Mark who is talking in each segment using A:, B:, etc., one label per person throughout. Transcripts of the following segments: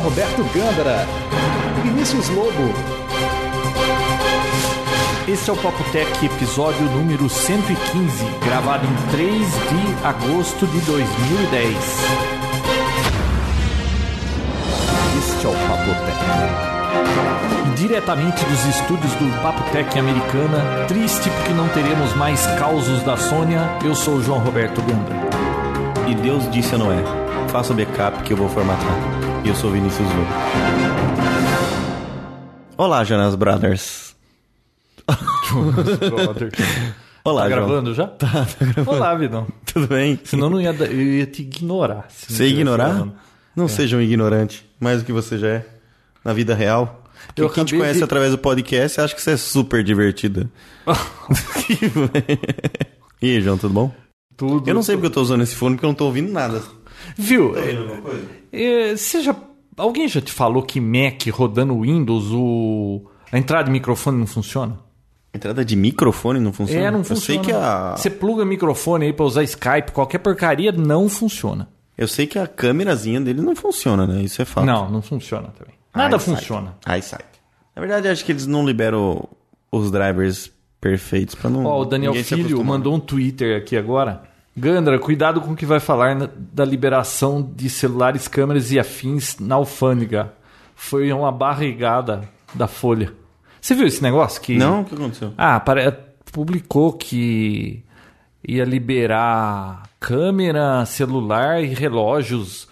A: Norberto Gândara, Vinícius Lobo.
B: Este é o Papotec, episódio número 115, gravado em 3 de agosto de 2010.
A: Este é o Papotec.
B: Diretamente dos estúdios do Papotec Americana, triste porque não teremos mais causos da Sônia, eu sou o João Roberto Gândara.
C: E Deus disse a Noé: faça o backup que eu vou formatar. E eu sou Vinícius Lobo. Olá, Jonas Brothers.
B: Jonas Brothers.
C: Olá,
B: tá
C: João.
B: gravando já?
C: Tá, tá gravando.
B: Olá, Vidão.
C: Tudo bem?
B: Senão eu não ia, da- eu ia te ignorar. se não É.
C: Você é
B: tivesse
C: ignorar?
B: gravando.
C: Não seja um ignorante, mais do que você já é na vida real. Porque
B: Eu
C: quem te
B: acabei
C: conhece
B: de-
C: através do podcast acha que você é super divertida. e aí, João, tudo bom?
B: Tudo.
C: Eu não sei porque eu tô usando esse fone, porque eu não tô ouvindo nada.
B: Viu?
C: ouvindo Tá alguma coisa?
B: É, você já- alguém já te falou que Mac rodando Windows, o... a entrada de microfone não funciona?
C: Entrada de microfone não funciona?
B: É, não
C: Eu sei
B: funciona.
C: que a,
B: Você pluga microfone aí pra usar Skype, qualquer porcaria, não funciona.
C: eu sei que a câmerazinha dele não funciona, né? Isso é fato.
B: Não, não funciona também. Nada
C: Aí sai.
B: funciona.
C: Aí sai. Na verdade, acho que eles não liberam os drivers perfeitos pra não.
B: Ó, o Daniel
C: ninguém se né?
B: Filho
C: acostumar.
B: mandou um Twitter aqui agora. Gandra, cuidado com o que vai falar na- da liberação de celulares, câmeras e afins na alfândega. Foi uma barrigada da Folha. Você viu esse negócio? Que...
C: Não, o que aconteceu?
B: Ah, pare- publicou que ia liberar câmera, celular e relógios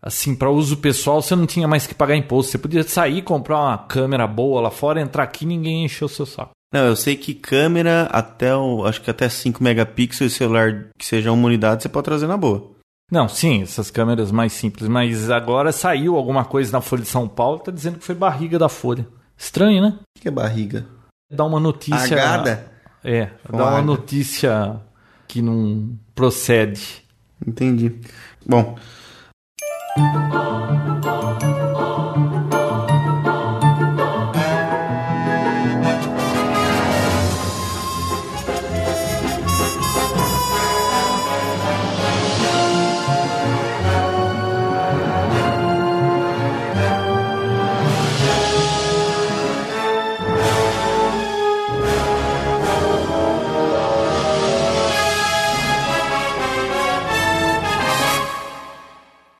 B: assim para uso pessoal. Você não tinha mais que pagar imposto. Você podia sair, comprar uma câmera boa lá fora, entrar aqui, ninguém encheu o seu saco.
C: Não, eu sei que câmera até o, acho que até 5 megapixels, celular que seja uma unidade, você pode trazer na boa.
B: Não, sim, essas câmeras mais simples. Mas agora saiu alguma coisa na Folha de São Paulo, tá dizendo que foi barriga da Folha. Estranho, né?
C: O que é barriga?
B: Dá uma notícia.
C: Agada?
B: É, dá uma
C: Foda.
B: notícia que não procede.
C: Entendi. Bom,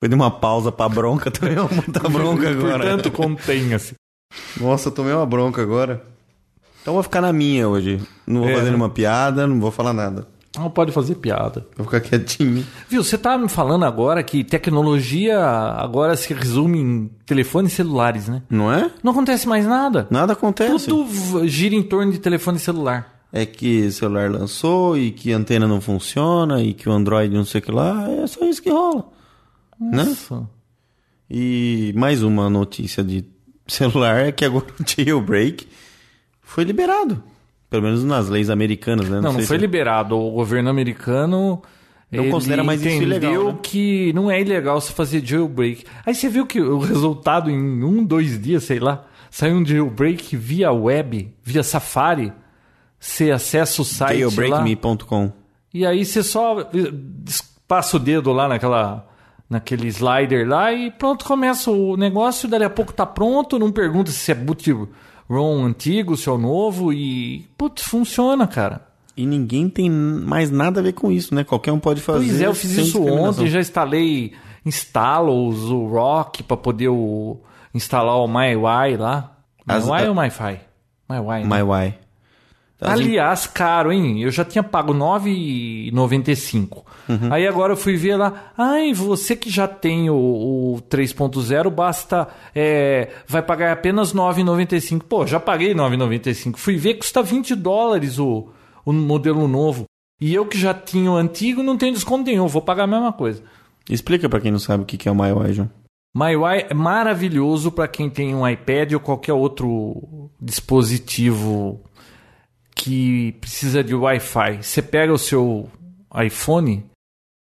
C: eu dei uma pausa pra bronca, tomei uma muita bronca agora.
B: Portanto, contenha-se.
C: Nossa, eu tomei uma bronca agora. Então eu vou ficar na minha hoje. Não vou
B: É,
C: fazer
B: né?
C: nenhuma piada, não vou falar nada.
B: Não pode fazer piada.
C: Eu Vou ficar quietinho.
B: Viu, você tá me falando agora que tecnologia agora se resume em telefones celulares, né?
C: Não é?
B: Não acontece mais nada.
C: Nada acontece.
B: Tudo v- gira em torno de telefone celular.
C: É que celular lançou e que a antena não funciona e que o Android não sei o que lá. É só isso que rola. Né?
B: Isso.
C: E mais uma notícia de celular é que agora o jailbreak foi liberado. Pelo menos nas leis americanas, né?
B: Não, não
C: sei
B: foi
C: se-
B: liberado. O governo americano
C: Não
B: ele
C: considera mais isso
B: entendeu
C: ilegal, né?
B: que não é ilegal você fazer jailbreak. Aí você viu que o resultado em um, dois dias, sei lá, saiu um jailbreak via web, via Safari. Você acessa o site lá.
C: Jailbreakme.com.
B: E aí você só eh, passa o dedo lá naquela naquele slider lá e pronto, começa o negócio, dali a pouco tá pronto, não pergunta se é boot ROM antigo, se é o novo e putz, funciona, cara.
C: E ninguém tem mais nada a ver com isso, né? Qualquer um pode fazer.
B: Pois é, eu fiz
C: sem
B: isso
C: discriminação.
B: ontem, já instalei instalo uso o Rock pra poder o, instalar o MyWi lá.
C: As-
B: MyWi
C: a-
B: ou MyFi? MyWi. né?
C: My why. Tá,
B: Aliás, caro, hein? Eu já tinha pago R$ 9,95. Aí agora eu fui ver lá. Ai, você que já tem o, o 3.0, basta. é, vai pagar apenas R$ 9,95. Pô, já paguei R$ 9,95. Fui ver, custa 20 dólares o, o modelo novo. E eu que já tinha o antigo, não tenho desconto nenhum. Vou pagar a mesma coisa.
C: Explica pra quem não sabe o que que é o My why, João.
B: MyWi é maravilhoso para quem tem um iPad ou qualquer outro dispositivo que precisa de Wi-Fi. Você pega o seu iPhone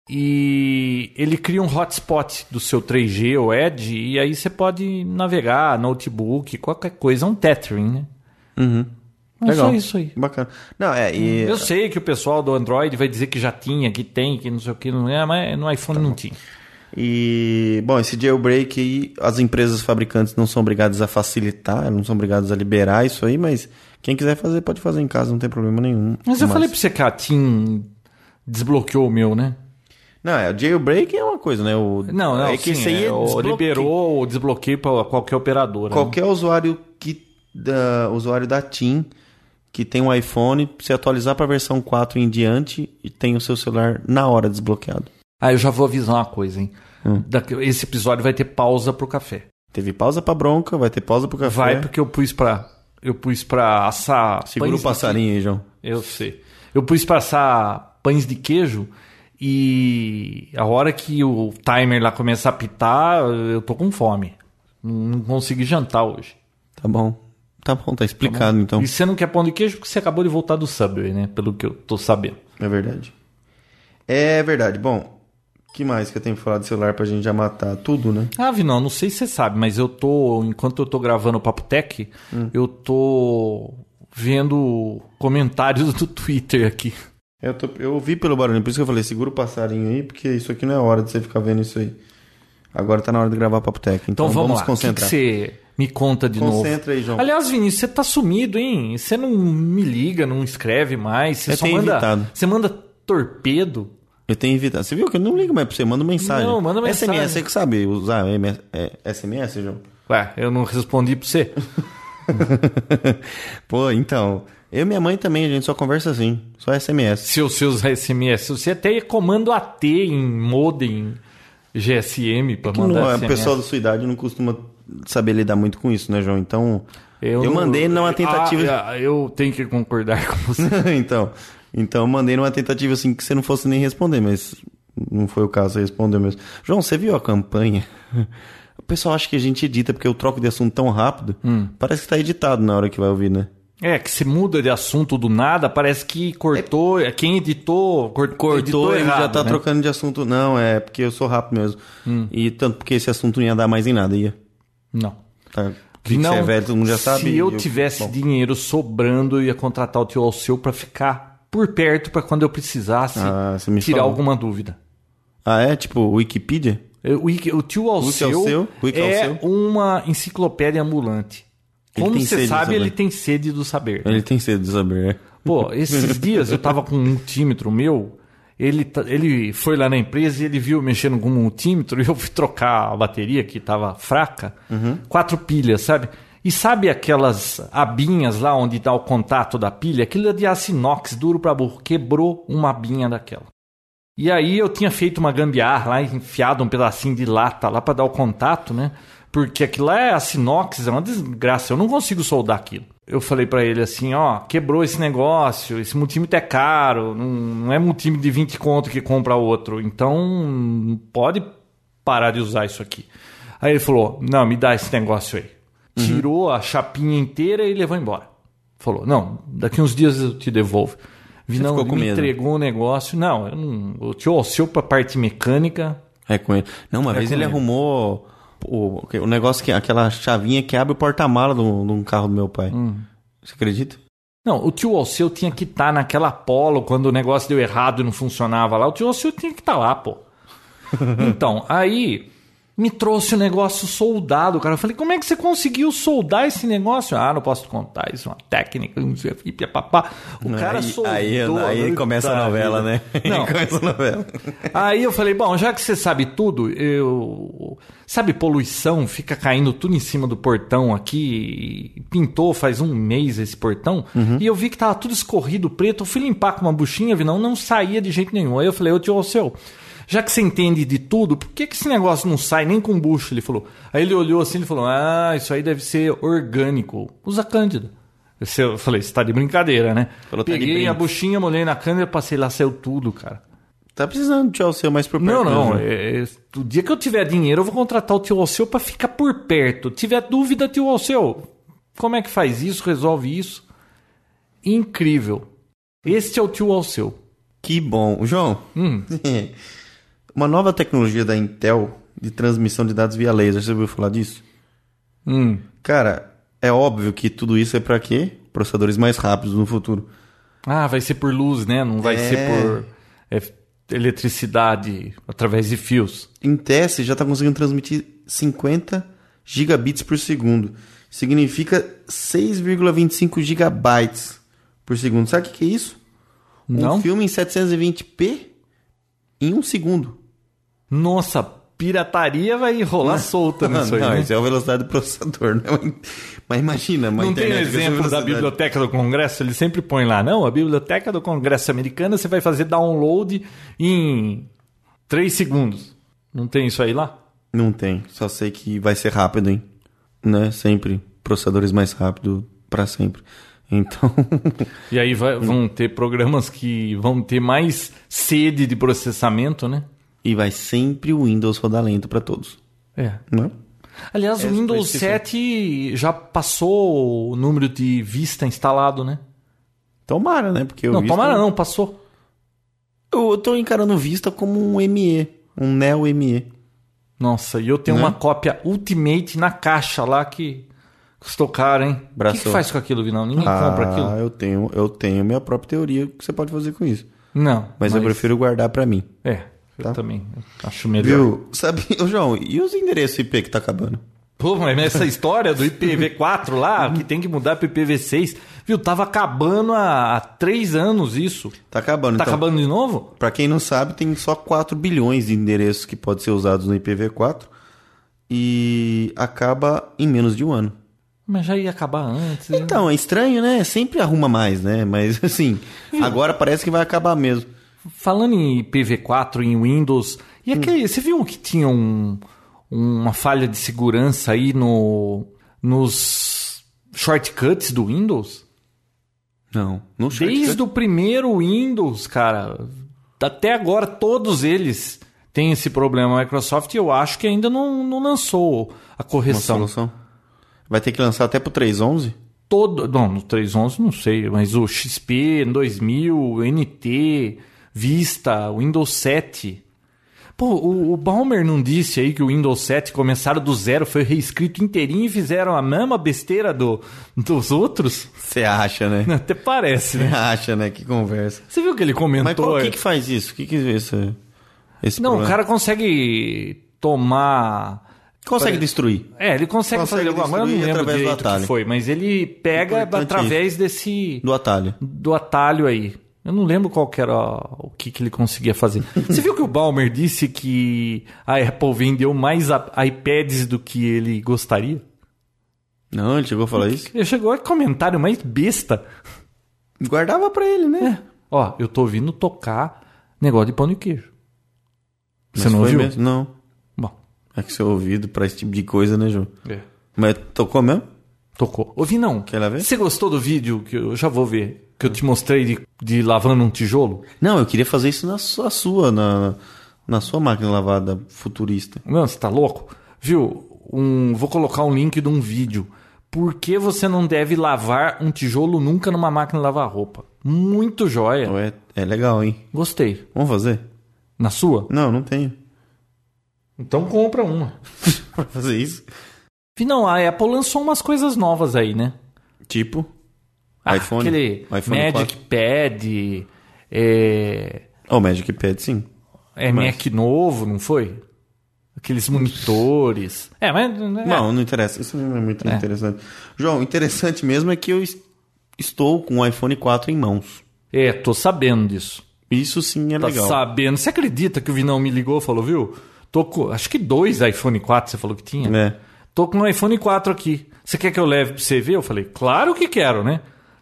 B: e ele cria um hotspot do seu 3G ou Edge e aí você pode navegar, notebook, qualquer coisa, é um tethering, né?
C: Uhum.
B: É
C: Legal.
B: só isso aí.
C: Bacana. Não, é, e...
B: Eu
C: Tá
B: sei que o pessoal do Android vai dizer que já tinha, que tem, que não sei o que, não é, mas no iPhone não tinha.
C: E, bom, esse jailbreak aí, as empresas fabricantes não são obrigadas a facilitar, não são obrigadas a liberar isso aí, mas quem quiser fazer, pode fazer em casa, não tem problema nenhum.
B: Mas eu falei pra você que a TIM desbloqueou o meu, né?
C: Não, é, o jailbreak é uma coisa, né? O,
B: Não, não,
C: é que
B: sim,
C: isso aí
B: é,
C: é
B: o-
C: desbloque-
B: liberou o desbloqueio para qualquer operadora. né?
C: Qualquer usuário que da, usuário da TIM que tem um iPhone, se atualizar para a versão 4 em diante e tem o seu celular na hora desbloqueado.
B: Ah, eu já vou avisar uma coisa, hein?
C: Hum.
B: Daqui- Esse episódio vai ter pausa pro café.
C: Teve pausa pra bronca, vai ter pausa pro café.
B: Vai, porque eu pus pra. Eu pus pra assar.
C: Segura
B: pães
C: o passarinho aí, João.
B: De... Eu sei. Eu pus pra assar pães de queijo e a hora que o timer lá começa a apitar, eu tô com fome. Não consegui jantar hoje.
C: Tá bom. Tá bom, tá explicado então.
B: É. E você não quer pão de queijo porque você acabou de voltar do Subway, né? Pelo que eu tô sabendo.
C: É verdade. É verdade. Bom, que mais que eu tenho que falar de celular pra gente já matar tudo, né?
B: Ah, Vinão, não sei se você sabe, mas eu tô. Enquanto eu tô gravando o Papo Tech,
C: Hum.
B: eu tô vendo comentários do Twitter aqui. Então,
C: Eu, tô, eu ouvi pelo barulho, por isso que eu falei, segura o passarinho aí, porque isso aqui não é hora de você ficar vendo isso aí. Agora tá na hora de gravar Papo Tech, então,
B: Então vamos, lá.
C: concentrar.
B: O que que você me conta de novo?
C: Concentra aí, João.
B: Aliás, Vinícius, você tá sumido, hein? Você não me liga, não escreve mais. Você
C: Eu
B: só
C: tenho
B: manda.
C: evitado.
B: Você manda torpedo.
C: Eu tenho evitado. Você viu que eu não ligo mais pra você, manda mensagem.
B: Não, manda
C: SMS,
B: mensagem.
C: você que sabe usar MS, é, SMS, João?
B: Ué, eu não respondi pra você.
C: Pô, então, eu e minha mãe também, a gente só conversa assim, só SMS.
B: se você usar SMS. Se você até comando AT em modem GSM pra
C: Não,
B: mandar
C: a
B: SMS.
C: pessoa da sua idade não costuma saber lidar muito com isso, né, João? Então, eu,
B: não-
C: mandei numa tentativa...
B: Ah, é. ah, eu tenho que concordar com você.
C: então, então eu mandei numa tentativa assim que você não fosse nem responder, mas não foi o caso, você respondeu mesmo. João, você viu a campanha? O pessoal acha que a gente edita porque eu troco de assunto tão rápido.
B: Hum.
C: Parece que tá editado na hora que vai ouvir, né?
B: É, que se muda de assunto do nada, parece que cortou. é Quem editou, cor- cortou
C: Editou, ele
B: errado,
C: já tá
B: né? Hum.
C: trocando de assunto. Não, é porque eu sou rápido mesmo. E tanto porque esse assunto não ia dar mais em nada, ia.
B: Não.
C: Tá. Que que você é velho, todo mundo já
B: se
C: sabe.
B: eu
C: e
B: tivesse
C: Bom,
B: dinheiro sobrando, eu ia contratar o tio Alceu pra ficar por perto pra quando eu precisasse
C: Ah, você me
B: tirar
C: falou.
B: alguma dúvida.
C: Ah, é? Tipo, Wikipedia?
B: Eu- É, O, Ike- o tio Alceu,
C: Alceu, o Ike
B: é
C: Alceu.
B: uma enciclopédia ambulante.
C: Ele
B: Como
C: tem sede
B: você
C: de
B: sabe,
C: saber.
B: ele tem sede do saber.
C: Ele tem sede de saber, né?
B: Pô, esses dias eu tava com um multímetro meu, ele, ta- ele foi lá na empresa e ele viu eu mexendo com um multímetro e eu fui trocar a bateria que tava fraca,
C: Uhum.
B: quatro pilhas, sabe? E sabe aquelas abinhas lá onde dá o contato da pilha? Aquilo é de aço inox, duro pra burro. Quebrou uma abinha daquela. E aí eu tinha feito uma gambiarra lá, enfiado um pedacinho de lata lá pra dar o contato, né? Porque aquilo lá é a sinox, é uma desgraça, eu não consigo soldar aquilo. Eu falei pra ele assim, ó, quebrou esse negócio, esse multímetro é caro, não, não é multímetro de 20 conto que compra outro, então pode parar de usar isso aqui. Aí ele falou, não, me dá esse negócio aí.
C: Uhum.
B: Tirou a chapinha inteira e levou embora. Falou, não, daqui uns dias eu te devolvo. Vi, não,
C: ficou
B: ele
C: com
B: me
C: medo. né?
B: entregou entregou o um negócio. Não, eu não, o tio Alceu pra parte mecânica.
C: É com ele. Não, uma vez
B: com
C: ele
B: ele.
C: arrumou o, o negócio que aquela chavinha que abre o porta-mala de um de um carro do meu pai.
B: Hum.
C: Você acredita?
B: Não, o tio Alceu tinha que estar naquela Apollo quando o negócio deu errado e não funcionava lá. O tio Alceu tinha que estar lá, pô. Então, aí me trouxe o negócio soldado, cara. Eu falei, como é que você conseguiu soldar esse negócio? Ah, não posso te contar, isso é uma técnica, não sei o que, papá. O cara
C: aí,
B: soldou.
C: aí, aí começa a
B: Puta
C: novela,
B: vida.
C: né?
B: Não,
C: Aí começa a novela.
B: Aí eu falei, bom, já que você sabe tudo, eu. Sabe, poluição fica caindo tudo em cima do portão aqui. e Pintou faz um mês esse portão.
C: Uhum.
B: E eu vi que tava tudo escorrido preto. Eu fui limpar com uma buchinha, Vinão, não saía de jeito nenhum. Aí eu falei, ô tio Alceu, já que você entende de tudo, por que, que esse negócio não sai nem com bucho? Ele falou. Aí ele olhou assim e falou: Ah, isso aí deve ser orgânico. Usa cândida. Eu falei, você tá de brincadeira, né?
C: Falou, tá de
B: Peguei a
C: brinco.
B: buchinha, molhei na cândida, passei lá, saiu tudo, cara.
C: Tá precisando de seu mais por perto.
B: Não, não.
C: né?
B: é- é- o dia que eu tiver dinheiro, eu vou contratar o tio Alceu pra ficar por perto. Tiver dúvida, tio Alceu, como é que faz isso? Resolve isso? Incrível. Este é o tio Alceu.
C: Que bom. João,
B: Hum.
C: uma nova tecnologia da Intel de transmissão de dados via laser. Você ouviu falar disso?
B: Hum.
C: Cara, é óbvio que tudo isso é pra quê? Processadores mais rápidos no futuro.
B: Ah, vai ser por luz, né? Não vai
C: É.
B: ser por. é eletricidade através de fios.
C: Em teste, já está conseguindo transmitir 50 gigabits por segundo. Significa 6,25 gigabytes por segundo. Sabe o que, que é isso?
B: Não?
C: Um filme em 720p em um segundo.
B: Nossa, pirataria vai rolar solta nisso aí.
C: não,
B: né?
C: isso é a velocidade do processador. Né? Mas imagina, uma
B: Não tem
C: internet com essa
B: exemplo da
C: velocidade.
B: biblioteca do Congresso? Ele sempre põe lá, não, a biblioteca do Congresso americana você vai fazer download em 3 segundos. Não tem isso aí lá?
C: Não tem. Só sei que vai ser rápido, hein? Né? Sempre. Processadores mais rápido pra sempre. Então,
B: E aí vai- vão ter programas que vão ter mais sede de processamento, né?
C: e vai sempre o Windows rodar lento pra todos,
B: É.
C: né?
B: Aliás, o
C: É,
B: Windows
C: específico.
B: 7 já passou o número de vista instalado, né?
C: Tomara, né? Porque eu
B: não, tomara não, passou.
C: Eu tô encarando o Vista como um ME, um Neo ME.
B: Nossa, e eu tenho
C: Né?
B: uma cópia Ultimate na caixa lá que custou caro, hein? O que,
C: Braçou.
B: que faz com aquilo, Vinão? Ninguém compra aquilo.
C: Ah, eu tenho, eu tenho minha própria teoria que você pode fazer com isso,
B: Não.
C: mas, eu prefiro guardar pra mim.
B: É, eu
C: Tá.
B: também acho melhor.
C: Viu? Sabe, ô João, e os endereços IP que tá acabando?
B: Pô, mas essa história do IPv4 lá, que tem que mudar para IPv6, viu? Tava acabando há, há três anos isso.
C: Tá acabando,
B: Tá
C: então.
B: acabando de novo?
C: Pra quem não sabe, tem só 4 bilhões de endereços que podem ser usados no IPv4 e acaba em menos de um ano.
B: Mas já ia acabar antes. né?
C: Então, é estranho, né? Sempre arruma mais, né? Mas assim,
B: Hum.
C: agora parece que vai acabar mesmo.
B: Falando em IPv4, em Windows, e
C: Hum.
B: aquele, você viu que tinha um- uma falha de segurança aí no, nos shortcuts do Windows?
C: Não, não
B: Desde
C: shortcut.
B: o primeiro Windows, cara, até agora todos eles têm esse problema. A Microsoft, eu acho que ainda não, não lançou a
C: uma
B: correção.
C: solução. Vai ter que lançar até pro 311?
B: Todo, não, no 311 não sei, mas o XP, 2000, NT, Vista, Windows 7. Pô, o, o Balmer não disse aí que o Windows 7 começaram do zero, foi reescrito inteirinho e fizeram a mesma besteira do, dos outros?
C: Você acha, né?
B: Até parece, né?
C: Você acha, né? Que conversa.
B: Você viu que ele
C: Mas
B: comentou?
C: qual, o que, que faz isso? O que que é esse, esse
B: Não, o
C: problema?
B: cara consegue tomar.
C: consegue destruir.
B: É, ele consegue,
C: Consegue
B: fazer alguma coisa, eu não
C: destruir
B: lembro
C: através do
B: direito o que
C: atalho.
B: foi, mas ele pega
C: Importante
B: através desse.
C: Do atalho.
B: do atalho aí. Eu não lembro qual que era o que, que ele conseguia fazer. Você viu que o Balmer disse que a Apple vendeu mais a- iPads do que ele gostaria?
C: Não, ele chegou a falar isso?
B: Ele chegou a comentário mais besta.
C: Guardava pra ele, né?
B: Ó, eu tô ouvindo tocar negócio de pão de queijo. Você
C: Mas
B: não
C: foi
B: ouviu?
C: mesmo? Não.
B: Bom,
C: É que seu ouvido pra esse tipo de coisa, né, João? Mas tocou mesmo?
B: tocou. Ouvi não.
C: Quer lá ver?
B: Você gostou do vídeo que eu já vou ver? Que eu te mostrei de, de lavando um tijolo?
C: Não, eu queria fazer isso na sua, sua na, na sua máquina lavada futurista.
B: Não, você tá louco? Viu? Um, vou colocar um link de um vídeo. Por que você não deve lavar um tijolo nunca numa máquina de lavar roupa? Muito joia.
C: Ué, é legal, hein?
B: Gostei.
C: Vamos fazer?
B: Na sua?
C: Não, não tenho.
B: Então compra uma.
C: pra fazer isso?
B: Não, a Apple lançou umas coisas novas aí, né?
C: Tipo? iPhone?
B: Ah, Aquele
C: iPhone
B: Magic Pad, é,
C: Oh, Magic Pad, sim.
B: é
C: Mas-
B: Mac novo, não foi? Aqueles monitores. É, mas...
C: Não, não interessa. Isso não é muito interessante. João, interessante mesmo é que eu es- estou com o iPhone 4 em mãos.
B: É, tô sabendo disso.
C: Isso sim é
B: Tá
C: legal.
B: sabendo. Você acredita que o Vinão me ligou e falou, viu? Tô com, acho que dois iPhone 4 você falou que tinha.
C: É.
B: Tô com um iPhone 4 aqui. Você quer que eu leve pra você ver? Eu falei, claro que quero, né?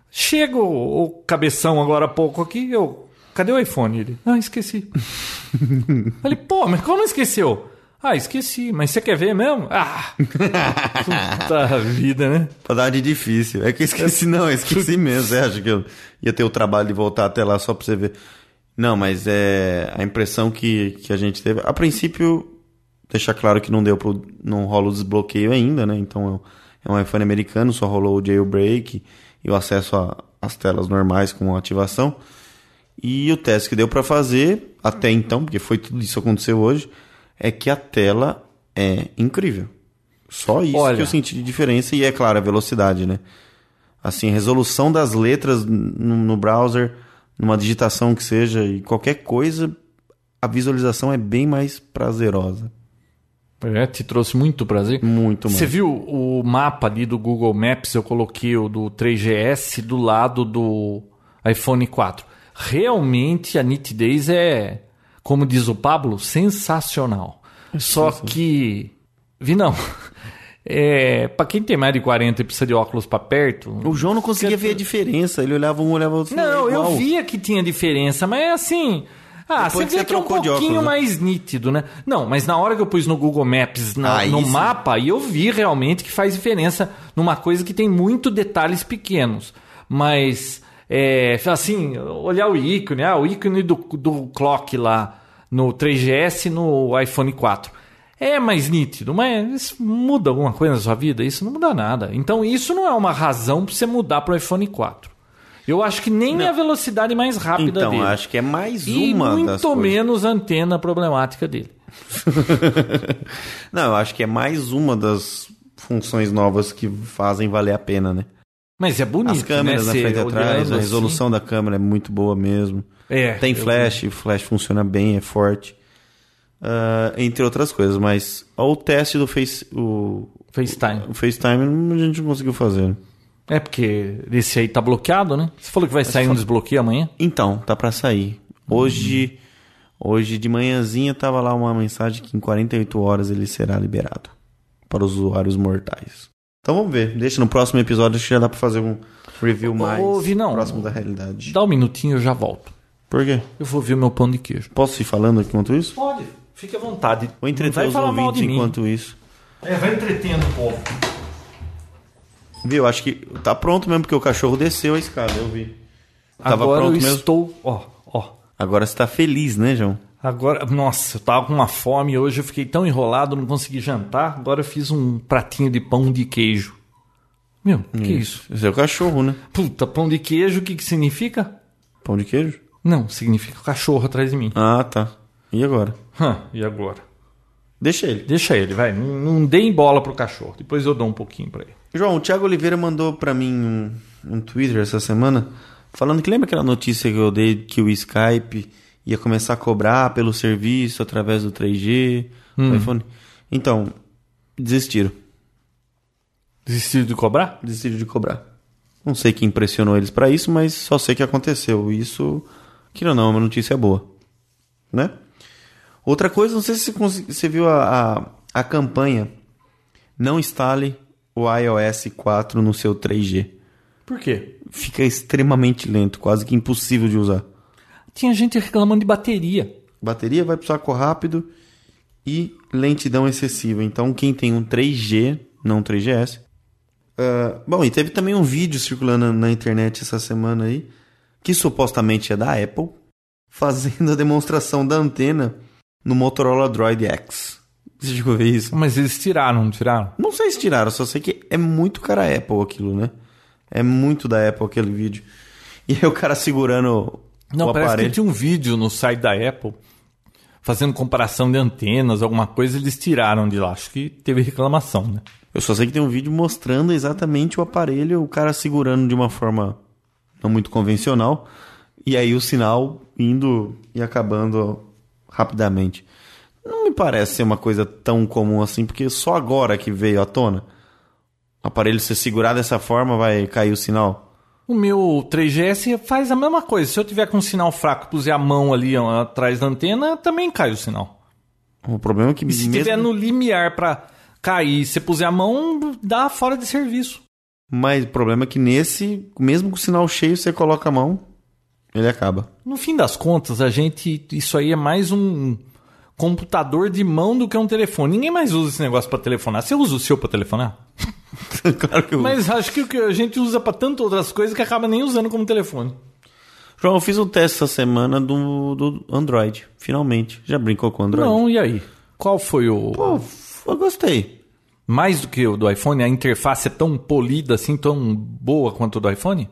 B: Chega o, o cabeção agora há pouco aqui, eu... Cadê o iPhone? Ele, ah, esqueci. falei, pô, mas como esqueceu? Ah, esqueci. Mas você quer ver mesmo? Ah! Puta vida, né?
C: Pra dar de difícil. É que eu esqueci, não, eu esqueci mesmo. Você acha que eu ia ter o trabalho de voltar até lá só pra você ver? Não, mas é a impressão que, que a gente teve. A princípio, deixar claro que não deu pro. não rola o desbloqueio ainda, né? Então é um iPhone americano, só rolou o jailbreak e o acesso a- às telas normais com ativação. E o teste que deu pra fazer, até
B: Uhum.
C: então, porque foi tudo isso que aconteceu hoje, é que a tela é incrível. Só isso
B: Olha.
C: que eu senti de diferença, e é claro, a velocidade, né? Assim, a resolução das letras no, no browser, numa digitação que seja, e qualquer coisa a visualização é bem mais prazerosa.
B: É, te trouxe muito prazer.
C: Muito mais.
B: Você viu o mapa ali do Google Maps? Eu coloquei o do 3GS do lado do iPhone 4. Realmente a nitidez é, como diz o Pablo, sensacional.
C: É
B: Só que. Vi não. É, pra quem tem mais de 40 e precisa de óculos pra perto.
C: O João não conseguia ver a diferença. Ele olhava um, olhava outro.
B: Não,
C: igual.
B: eu via que tinha diferença, mas é assim. Ah,
C: Depois
B: você
C: que
B: vê
C: você
B: que é um
C: trocou de
B: pouquinho
C: óculos, né?
B: mais nítido, né? Não, mas na hora que eu pus no Google Maps, na-
C: Aí
B: no
C: sim.
B: mapa, e eu vi realmente que faz diferença numa coisa que tem muito detalhes pequenos. Mas, é, assim, olhar o ícone, ah, o ícone do, do clock lá no 3GS e no iPhone 4. É mais nítido, mas isso muda alguma coisa na sua vida? Isso não muda nada. Então, isso não é uma razão para você mudar para o iPhone 4. Eu acho que nem a velocidade mais rápida
C: Então,
B: dele
C: acho que é mais
B: e
C: uma
B: muito
C: das coisas.
B: menos a antena problemática dele.
C: Não, eu acho que é mais uma das funções novas que fazem valer a pena, né?
B: Mas é bonito,
C: As
B: né?
C: câmeras na
B: Você
C: frente e atrás,
B: olhando
C: a resolução da câmera é muito boa mesmo.
B: assim. É,
C: Tem
B: eu-
C: flash, o flash funciona bem, é forte. Ah, entre outras coisas, mas ó, o teste do Face, o,
B: FaceTime.
C: o FaceTime a gente não conseguiu fazer. né?
B: É porque esse aí tá bloqueado, né? Você falou que vai sair um desbloqueio amanhã?
C: Então, tá pra sair. Hoje, hoje de manhãzinha tava lá uma mensagem que em 48 horas ele será liberado para os usuários mortais. Então vamos ver. Deixa no próximo episódio, acho que já dá pra fazer um review mais
B: Vinão,
C: próximo da realidade.
B: Dá um minutinho e eu já volto.
C: Por quê?
B: Eu vou ver o meu pão de queijo.
C: Posso ir falando enquanto isso?
B: Pode, fique à vontade.
C: Vou entreter
B: vai
C: os
B: falar mal
C: ouvintes
B: de mim.
C: enquanto isso.
B: É, vai entretendo o povo.
C: Viu? Acho que tá pronto mesmo, porque o cachorro desceu a escada, eu vi. Tava
B: Agora eu
C: pronto mesmo?
B: estou... Ó, ó.
C: Agora você tá feliz, né, João?
B: Agora, nossa, eu tava com uma fome hoje, eu fiquei tão enrolado, não consegui jantar. Agora eu fiz um pratinho de pão de queijo. Meu, que isso?
C: Esse é o cachorro, né?
B: Puta, pão de queijo, o que que significa?
C: Pão de queijo?
B: Não, significa cachorro atrás de mim.
C: Ah, tá. E agora?
B: Hã, e agora?
C: Deixa ele.
B: Deixa ele, vai. Não, não deem bola pro cachorro. Depois eu dou um pouquinho pra ele.
C: João, o Thiago Oliveira mandou pra mim um, um Twitter essa semana falando que lembra aquela notícia que eu dei que o Skype ia começar a cobrar pelo serviço através do 3G, do iPhone. Então, desistiram.
B: Desistiu de cobrar?
C: Desistiram de cobrar. Não sei quem impressionou eles pra isso, mas só sei que aconteceu. Isso, que não, não, é uma notícia boa. Né? Outra coisa, não sei se você, consi- você viu a, a, a campanha. Não instale o iOS 4 no seu 3G.
B: Por quê?
C: fica extremamente lento, quase que impossível de usar.
B: Tinha gente reclamando de bateria.
C: Bateria vai pro saco rápido e lentidão excessiva. Então, quem tem um 3G, não 3GS. ah, bom, e teve também um vídeo circulando na internet essa semana aí, que supostamente é da Apple, fazendo a demonstração da antena no Motorola Droid X. Você chegou a ver isso?
B: Mas eles tiraram, não tiraram?
C: Não sei se tiraram, só sei que é muito cara Apple aquilo, né? É muito da Apple aquele vídeo. E aí o cara segurando
B: Não,
C: o
B: parece
C: aparelho.
B: que tinha um vídeo no site da Apple fazendo comparação de antenas, alguma coisa, eles tiraram de lá. Acho que teve reclamação, né?
C: Eu só sei que tem um vídeo mostrando exatamente o aparelho, o cara segurando de uma forma não muito convencional, e aí o sinal indo e acabando rapidamente. Não me parece ser uma coisa tão comum assim, porque só agora que veio à tona. O aparelho se segurar dessa forma vai cair o sinal.
B: O meu 3GS faz a mesma coisa. Se eu tiver com um sinal fraco e puser a mão ali ó, atrás da antena, também cai o sinal.
C: O problema é que
B: E se
C: mesmo-
B: tiver no limiar pra cair, se puser a mão, dá fora de serviço.
C: Mas o problema é que nesse, mesmo com o sinal cheio, você coloca a mão, ele acaba.
B: No fim das contas, a gente. Isso aí é mais um computador de mão do que um telefone. Ninguém mais usa esse negócio pra telefonar. Você usa o seu pra telefonar?
C: claro que eu
B: Mas acho que o que a gente usa pra tantas outras coisas que acaba nem usando como telefone.
C: João, eu fiz um teste essa semana do, do Android, finalmente. Já brincou com o Android?
B: Não, e aí? Qual foi o.
C: Pô, eu gostei.
B: Mais do que o do iPhone, a interface é tão polida assim, tão boa quanto o do iPhone?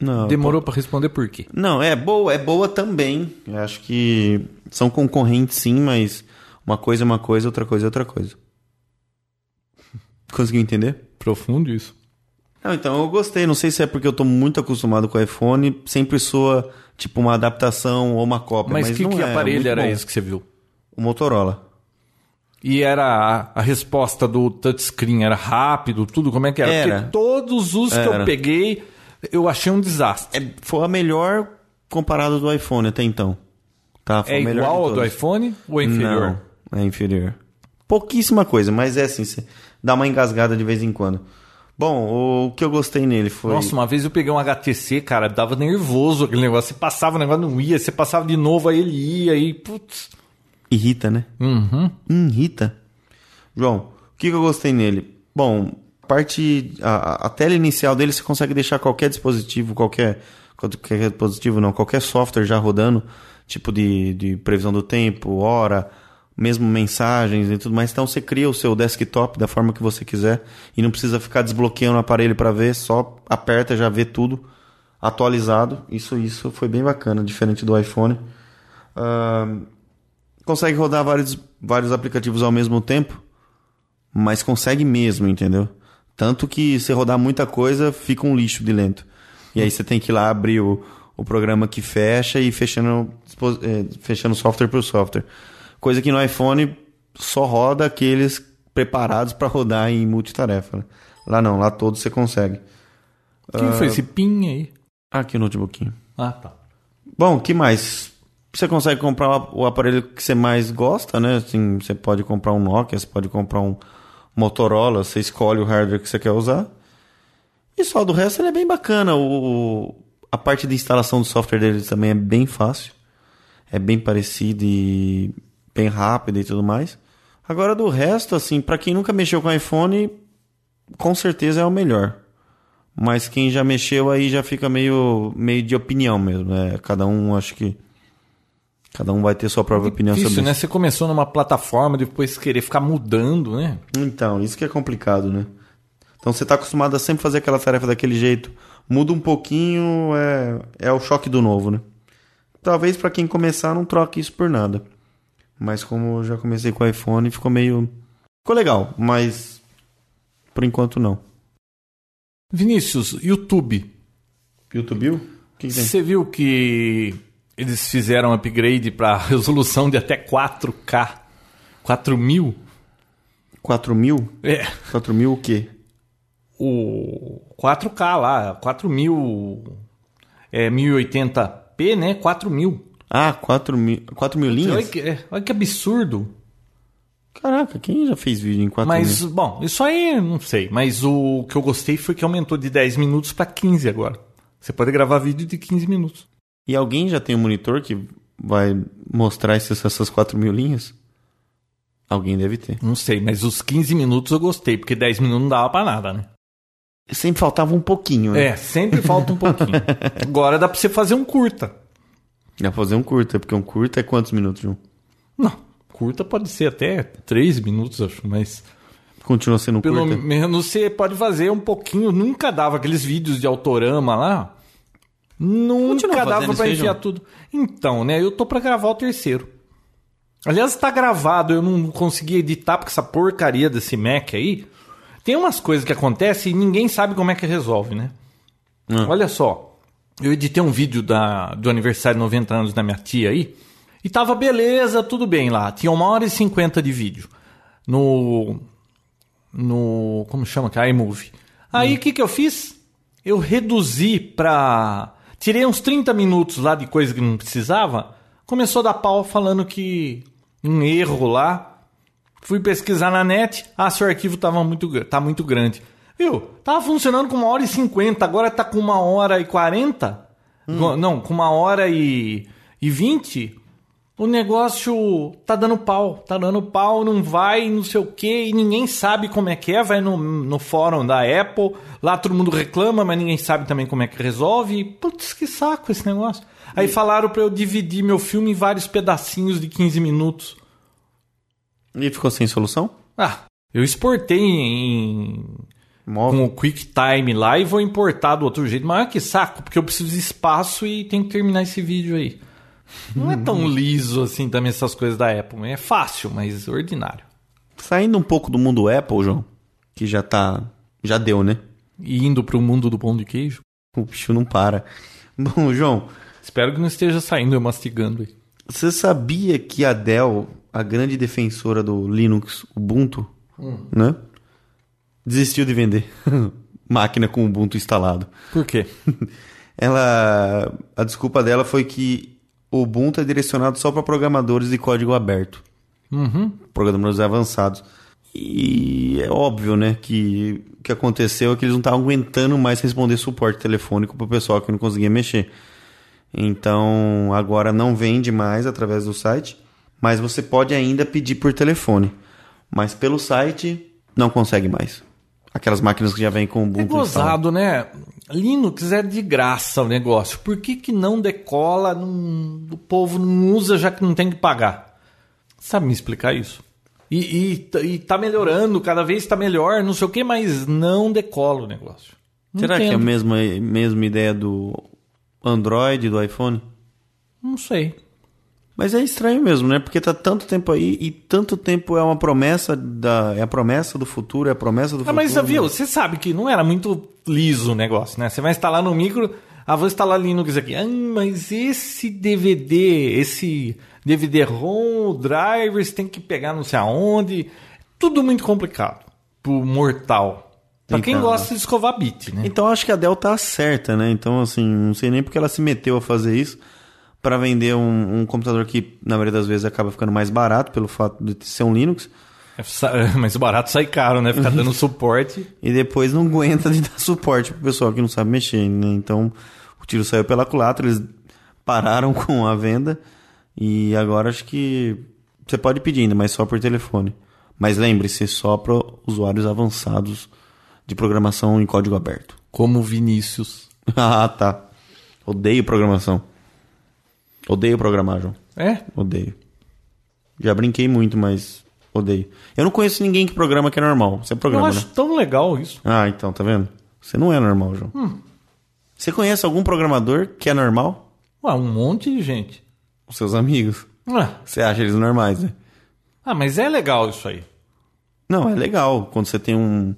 C: Não,
B: Demorou pra responder por quê?
C: pô. Não, é boa, é boa também. Eu acho que são concorrentes sim, mas uma coisa é uma coisa, outra coisa é outra coisa. Conseguiu entender?
B: Profundo isso.
C: Não, então eu gostei. Não sei se é porque eu tô muito acostumado com o iPhone, sempre soa tipo uma adaptação ou uma cópia. Mas,
B: Mas que,
C: não
B: que
C: é, é
B: aparelho
C: muito
B: era
C: bom.
B: esse que você viu?
C: O Motorola.
B: E era a, a resposta do touchscreen, era rápido, tudo, como é que era?
C: Era.
B: Porque todos os que eu
C: Era.
B: peguei, eu achei um desastre.
C: É, foi a melhor comparado do iPhone até então. Tá, foi
B: É,
C: a melhor
B: igual
C: de
B: ao do
C: todas.
B: iPhone ou é inferior?
C: Não, é inferior. Pouquíssima coisa, mas é assim, cê dá uma engasgada de vez em quando. Bom, o- o que eu gostei nele foi.
B: Nossa, uma vez eu peguei um HTC, cara, dava nervoso aquele negócio. Você passava, o negócio não ia, você passava de novo, aí ele ia, e putz.
C: Irrita, né?
B: Uhum.
C: Hum, Rita. João, o que, que eu gostei nele? Bom, parte. A, a- a tela inicial dele você consegue deixar qualquer dispositivo, qualquer. Qualquer dispositivo não, qualquer software já rodando, tipo de, de previsão do tempo, hora, mesmo mensagens e tudo mais. Então você cria o seu desktop da forma que você quiser e não precisa ficar desbloqueando o aparelho para ver, só aperta já vê tudo atualizado. Isso, isso foi bem bacana, diferente do iPhone. Ahn, consegue rodar vários, vários aplicativos ao mesmo tempo, mas consegue mesmo, entendeu? Tanto que se rodar muita coisa, fica um lixo de lento. E aí você tem que ir lá abrir o, o programa que fecha e fechando, dispo- eh, fechando software por software. Coisa que no iPhone só roda aqueles preparados para rodar em multitarefa. né? Lá não, lá todos você consegue.
B: Quem
C: Ah.
B: foi esse pin aí?
C: Aqui no notebookinho.
B: Ah, tá.
C: Bom, que mais? Você consegue comprar o aparelho que você mais gosta, né? Assim, você pode comprar um Nokia, você pode comprar um Motorola, você escolhe o hardware que você quer usar. E só do resto ele é bem bacana. O, a parte de instalação do software dele também é bem fácil. É bem parecido e bem rápido e tudo mais. Agora do resto, assim, pra quem nunca mexeu com iPhone, com certeza é o melhor. Mas quem já mexeu aí já fica meio, meio de opinião mesmo. né? Cada um, acho que. Cada um vai ter sua própria opinião sobre
B: Isso,
C: isso.
B: né? Você começou numa plataforma, depois querer ficar mudando, né?
C: Então, isso que é complicado, né? Então você tá acostumado a sempre fazer aquela tarefa daquele jeito. Muda um pouquinho, é, é o choque do novo, né? Talvez pra quem começar não troque isso por nada. Mas como eu já comecei com o iPhone, ficou meio. Ficou legal, mas. Por enquanto não.
B: Vinícius, YouTube.
C: YouTube? O que, que tem?
B: Você viu que eles fizeram um upgrade para resolução de até 4K? 4000?
C: 4 mil?
B: É.
C: 4 mil o quê?
B: O 4K lá, 4000 é 1080p, né? 4000.
C: Ah, 4 mil. 4 mil
B: Olha
C: linhas?
B: que, é, olha que absurdo.
C: Caraca, quem já fez vídeo em 4 mil?
B: Mas, bom, isso aí não sei. Mas o que eu gostei foi que aumentou de 10 minutos para 15 agora. Você pode gravar vídeo de 15 minutos.
C: E alguém já tem um monitor que vai mostrar esses- essas 4 mil linhas? Alguém deve ter.
B: Não sei, mas os 15 minutos eu gostei, porque 10 minutos não dava pra nada, né?
C: Sempre faltava um pouquinho, né?
B: É, sempre falta um pouquinho. Agora dá pra você fazer um curta.
C: Dá pra fazer um curta, porque um curta é quantos minutos, João?
B: Não, curta pode ser até 3 minutos, acho, mas
C: Continua sendo um
B: pelo
C: curta?
B: menos você pode fazer um pouquinho. Nunca dava aqueles vídeos de autorama lá. Nunca
C: fazendo
B: dava
C: isso
B: pra
C: aí,
B: enfiar
C: João?
B: tudo. Então, né, eu tô pra gravar o terceiro. Aliás, tá gravado, eu não consegui editar porque essa porcaria desse Mac aí. Tem umas coisas que acontecem e ninguém sabe como é que resolve, né?
C: Hum.
B: Olha só, eu editei um vídeo da, do aniversário de 90 anos da minha tia aí, e tava beleza, tudo bem lá. Tinha uma hora e cinquenta de vídeo. No. No. Como chama que? é? iMovie. Aí o que, que eu fiz? Eu reduzi pra. Tirei uns 30 minutos lá de coisa que não precisava. Começou a dar pau falando que. Um erro lá. Fui pesquisar na net, ah, seu arquivo tava muito, gr- tá muito grande. Viu? Tava funcionando com uma hora e cinquenta, agora tá com uma hora e quarenta? Go- Não, com uma hora e vinte. O negócio tá dando pau, tá dando pau, não vai, não sei o que, e ninguém sabe como é que é. Vai no, no fórum da Apple, lá todo mundo reclama, mas ninguém sabe também como é que resolve. E, Putz, que saco esse negócio. Aí falaram pra eu dividir meu filme em vários pedacinhos de 15 minutos.
C: E ficou sem solução?
B: Ah, eu exportei em,
C: Móvel?
B: com o QuickTime lá e vou importar do outro jeito. Mas olha que saco, porque eu preciso de espaço e tenho que terminar esse vídeo aí. Não é tão liso assim também essas coisas da Apple. É fácil, mas ordinário.
C: Saindo um pouco do mundo Apple, João, que já tá... Já deu, né?
B: E indo pro mundo do pão de queijo.
C: O bicho não para. Bom, João,
B: Espero que não esteja saindo eu mastigando aí.
C: você sabia que a Dell, a grande defensora do Linux Ubuntu,
B: Hum.
C: né? Desistiu de vender máquina com Ubuntu instalado.
B: Por quê?
C: Ela, a desculpa dela foi que o Ubuntu é direcionado só para programadores de código aberto,
B: Uhum.
C: programadores avançados. E é óbvio, né, que o que aconteceu é que eles não estavam aguentando mais responder suporte telefônico para o pessoal que não conseguia mexer. Então, agora não vende mais através do site, mas você pode ainda pedir por telefone. Mas pelo site não consegue mais. Aquelas máquinas que já vêm com o
B: É
C: Ubuntu instalado.
B: gozado, né? Linux é de graça o negócio. Por que, que não decola, não- o povo não usa já que não tem que pagar? Sabe me explicar isso? E, e, t- e tá melhorando, cada vez tá melhor, não sei o que, mas não decola o negócio. Não
C: Será que é a
B: entendo.
C: mesma, mesma ideia do Android, do iPhone?
B: Não sei.
C: Mas é estranho mesmo, né? Porque tá tanto tempo aí e tanto tempo é uma promessa da é a promessa do futuro, é a promessa do
B: Ah,
C: futuro.
B: mas viu,
C: né?
B: você sabe que não era muito liso o negócio, né? Você vai instalar no micro, ah, vou instalar Linux aqui. Ah, mas esse DVD, esse DVD-ROM, o driver, você tem que pegar não sei aonde. Tudo muito complicado pro mortal. Pra quem
C: Então.
B: gosta de escovar bit, né?
C: Então acho que a Dell tá certa, né? Então assim, não sei nem porque ela se meteu a fazer isso pra vender um, um computador que na maioria das vezes acaba ficando mais barato pelo fato de ser um Linux
B: É Mas o barato sai caro, né? Ficar dando suporte.
C: e depois não aguenta de dar suporte pro pessoal que não sabe mexer, né? Então o tiro saiu pela culatra, eles pararam com a venda e agora acho que você pode pedir ainda, mas só por telefone. Mas lembre-se, só para usuários avançados de programação em código aberto.
B: Como o Vinícius.
C: ah, tá. Odeio programação. Odeio programar, João.
B: É?
C: Odeio. Já brinquei muito, mas odeio. Eu não conheço ninguém que programa que é normal. Você
B: Eu
C: programa, né?
B: acho tão legal isso.
C: Ah, então, tá vendo? Você não é normal, João.
B: Hum.
C: Você conhece algum programador que é normal?
B: Ué, um monte de gente.
C: Os seus amigos.
B: Ah,
C: Você acha eles normais, né?
B: Ah, mas é legal isso aí.
C: Não, é legal quando você tem um,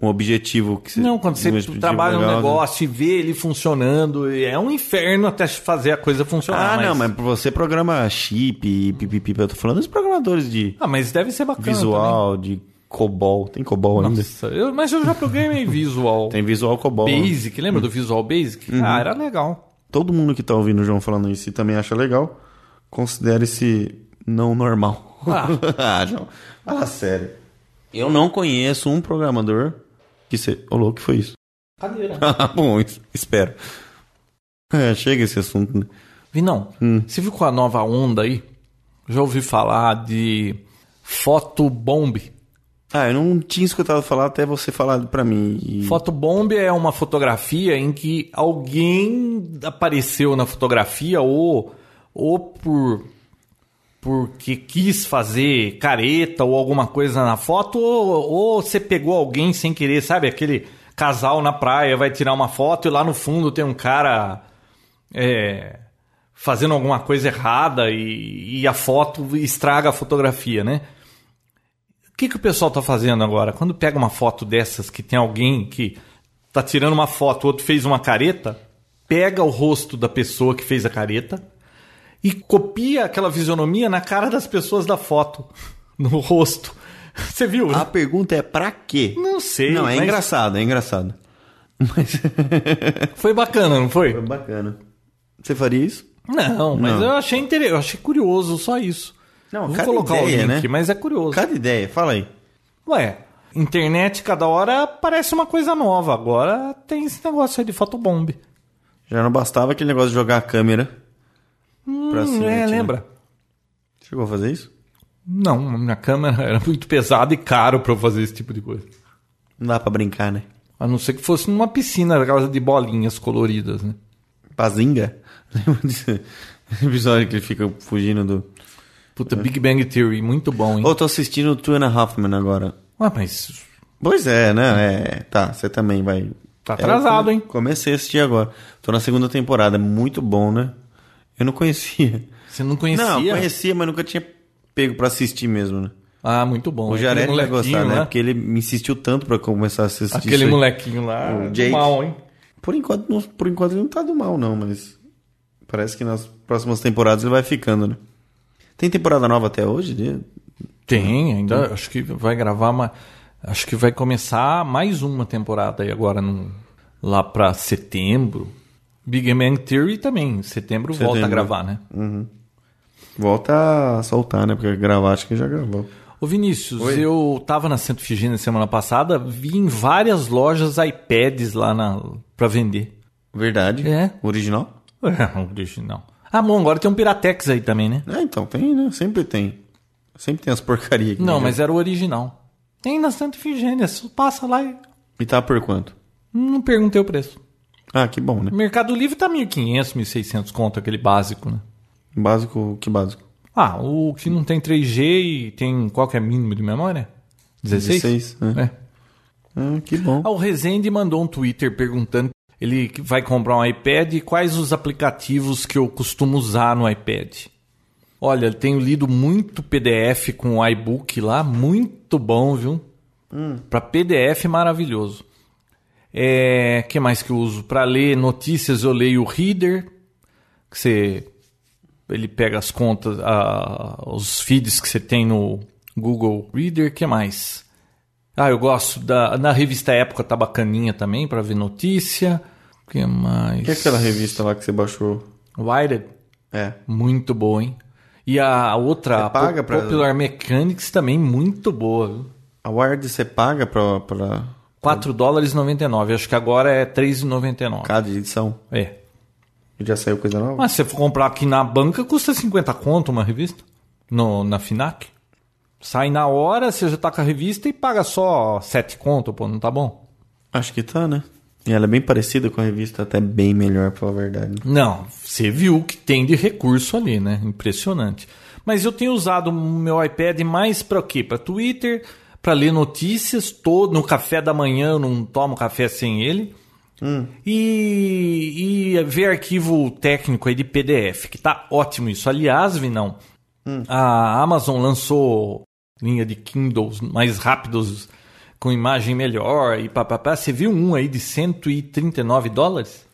C: um objetivo que você.
B: Não, quando você
C: um objetivo
B: trabalha
C: legal,
B: um
C: né?
B: negócio e vê ele funcionando, é um inferno até fazer a coisa funcionar.
C: Ah,
B: mas...
C: não, mas você programa chip, e pipipi. Eu tô falando dos programadores de
B: Ah, mas deve ser bacana.
C: visual, de COBOL. Tem COBOL
B: também.
C: ainda?
B: Nossa, eu- mas eu já programei Visual
C: Tem Uhum. visual COBOL. né?
B: Basic, lembra do Visual Basic? Ah, era legal.
C: Todo mundo que tá ouvindo o João falando isso e também acha legal, considere-se não normal.
B: Ah.
C: Ah, João, fala sério. Eu não conheço um programador que se... Ô, louco, que foi isso?
B: Cadeira.
C: Bom, es- espero. É, chega esse assunto, né?
B: Vinão,
C: Hum.
B: você viu com a nova onda aí? Já ouvi falar de fotobomb.
C: Ah, eu não tinha escutado falar até você falar pra mim. E...
B: Fotobomb é uma fotografia em que alguém apareceu na fotografia ou, ou por porque quis fazer careta ou alguma coisa na foto, ou, ou você pegou alguém sem querer, sabe? Aquele casal na praia vai tirar uma foto e lá no fundo tem um cara é, fazendo alguma coisa errada e, e a foto estraga a fotografia, né? O que, que o pessoal tá fazendo agora? Quando pega uma foto dessas que tem alguém que tá tirando uma foto, o outro fez uma careta, pega o rosto da pessoa que fez a careta e copia aquela fisionomia na cara das pessoas da foto, no rosto. Você viu? né?
C: A pergunta é pra quê?
B: Não sei,
C: Não, é
B: mas-
C: engraçado, é engraçado. Mas Ah,
B: Foi bacana, não foi?
C: é bacana. Você faria isso?
B: Não, mas
C: Não.
B: eu achei interessante, eu achei curioso, só isso.
C: Não,
B: Vou
C: cada
B: colocar
C: ideia,
B: o link,
C: né?
B: mas é curioso.
C: Cada ideia, fala aí.
B: Ué, internet cada hora parece uma coisa nova. Agora tem esse negócio aí de fotobomb.
C: Já não bastava aquele negócio de jogar a câmera pra
B: Hum,
C: cima.
B: é,
C: né?
B: lembra?
C: Chegou a fazer isso?
B: Não, minha câmera era muito pesada e caro pra eu fazer esse tipo de coisa.
C: Não dá pra brincar, né?
B: A não ser que fosse numa piscina, daquelas de bolinhas coloridas, né?
C: Pazinga? Lembra desse episódio que ele fica fugindo do.
B: Puta, Big Bang Theory, muito bom, hein?
C: É. Ô, tô assistindo Two and a Half Men agora.
B: Ué, mas
C: Pois é, né? É, tá, você também vai. É,
B: Tá atrasado,
C: Eu
B: hein?
C: Comecei a assistir agora. Tô na segunda temporada, é muito bom, né? Eu não conhecia.
B: você não conhecia?
C: Não, conhecia, mas nunca tinha pego pra assistir mesmo, né?
B: Ah, muito bom.
C: O
B: Aquele
C: Jared vai
B: molequinho
C: gostar, né?
B: lá-
C: Porque ele me insistiu tanto pra começar a assistir isso
B: Aquele
C: aí.
B: molequinho lá,
C: O Jake.
B: mal, hein?
C: Por enquanto, não, por enquanto ele não tá do mal, não, mas. Parece que nas próximas temporadas ele vai ficando, né? Tem temporada nova até hoje? De... Né?
B: Tem, ainda acho que vai gravar uma. Acho que vai começar mais uma temporada aí agora, no, lá pra setembro. Big Man Theory também, em setembro, volta a
C: Setembro.
B: gravar, né?
C: Volta a soltar, né? Porque gravar acho que já gravou.
B: Ô Vinícius,
C: Oi.
B: eu tava na Santa Figênia semana passada, vi em várias lojas iPads lá na, pra vender.
C: Verdade.
B: É.
C: Original?
B: Original. Ah, bom, agora tem um Piratex aí também, né?
C: É, então tem, né? Sempre tem. Sempre tem as porcarias aqui.
B: Não,
C: né?
B: mas era o original. Tem na Santa Figênia, só passa lá e
C: E tá por quanto?
B: não perguntei o preço.
C: Ah, que bom, né?
B: Mercado Livre tá 1.500, 1.600 conto, aquele básico, né?
C: Básico, que básico?
B: Ah, o que não tem 3G e tem qual que é mínimo de memória? 16?
C: 16, né?
B: É.
C: Ah, que bom.
B: Ah, o Rezende mandou um Twitter perguntando ele que vai comprar um iPad e quais os aplicativos que eu costumo usar no iPad. Olha, eu tenho lido muito PDF com o iBook lá, muito bom, viu? Pra PDF maravilhoso. É, que mais que eu uso Pra ler notícias? Eu leio o Reader, que você ele pega as contas, ah, os feeds que você tem no Google Reader, que mais? Ah, eu gosto da na revista Época tá bacaninha também pra ver notícia. Que mais?
C: O que é aquela revista lá que você baixou?
B: Wired,
C: É.
B: muito boa, hein? E a outra,
C: Você
B: a
C: paga pra-
B: Popular Mechanics também muito boa. viu?
C: A Wired você paga pra, pra
B: 4 dólares 99, acho que agora é 3,99.
C: cada edição?
B: É.
C: E Já saiu coisa nova?
B: Mas se você for comprar aqui na banca, custa 50 conto uma revista? No, na FINAC? Sai na hora, você já tá com a revista e paga só 7 conto, pô, não tá bom?
C: Acho que tá, né? E ela é bem parecida com a revista, até bem melhor, pra falar a verdade.
B: Não, você viu o que tem de recurso ali, né? Impressionante. Mas eu tenho usado o meu iPad mais para o quê? Para Twitter, para ler notícias, todo no café da manhã, eu não tomo café sem ele. E, e ver arquivo técnico aí de PDF, que tá ótimo isso. Aliás, Vinão, a Amazon lançou linha de Kindles mais rápidos com imagem melhor e papapá. Você viu um aí de 139 dólares?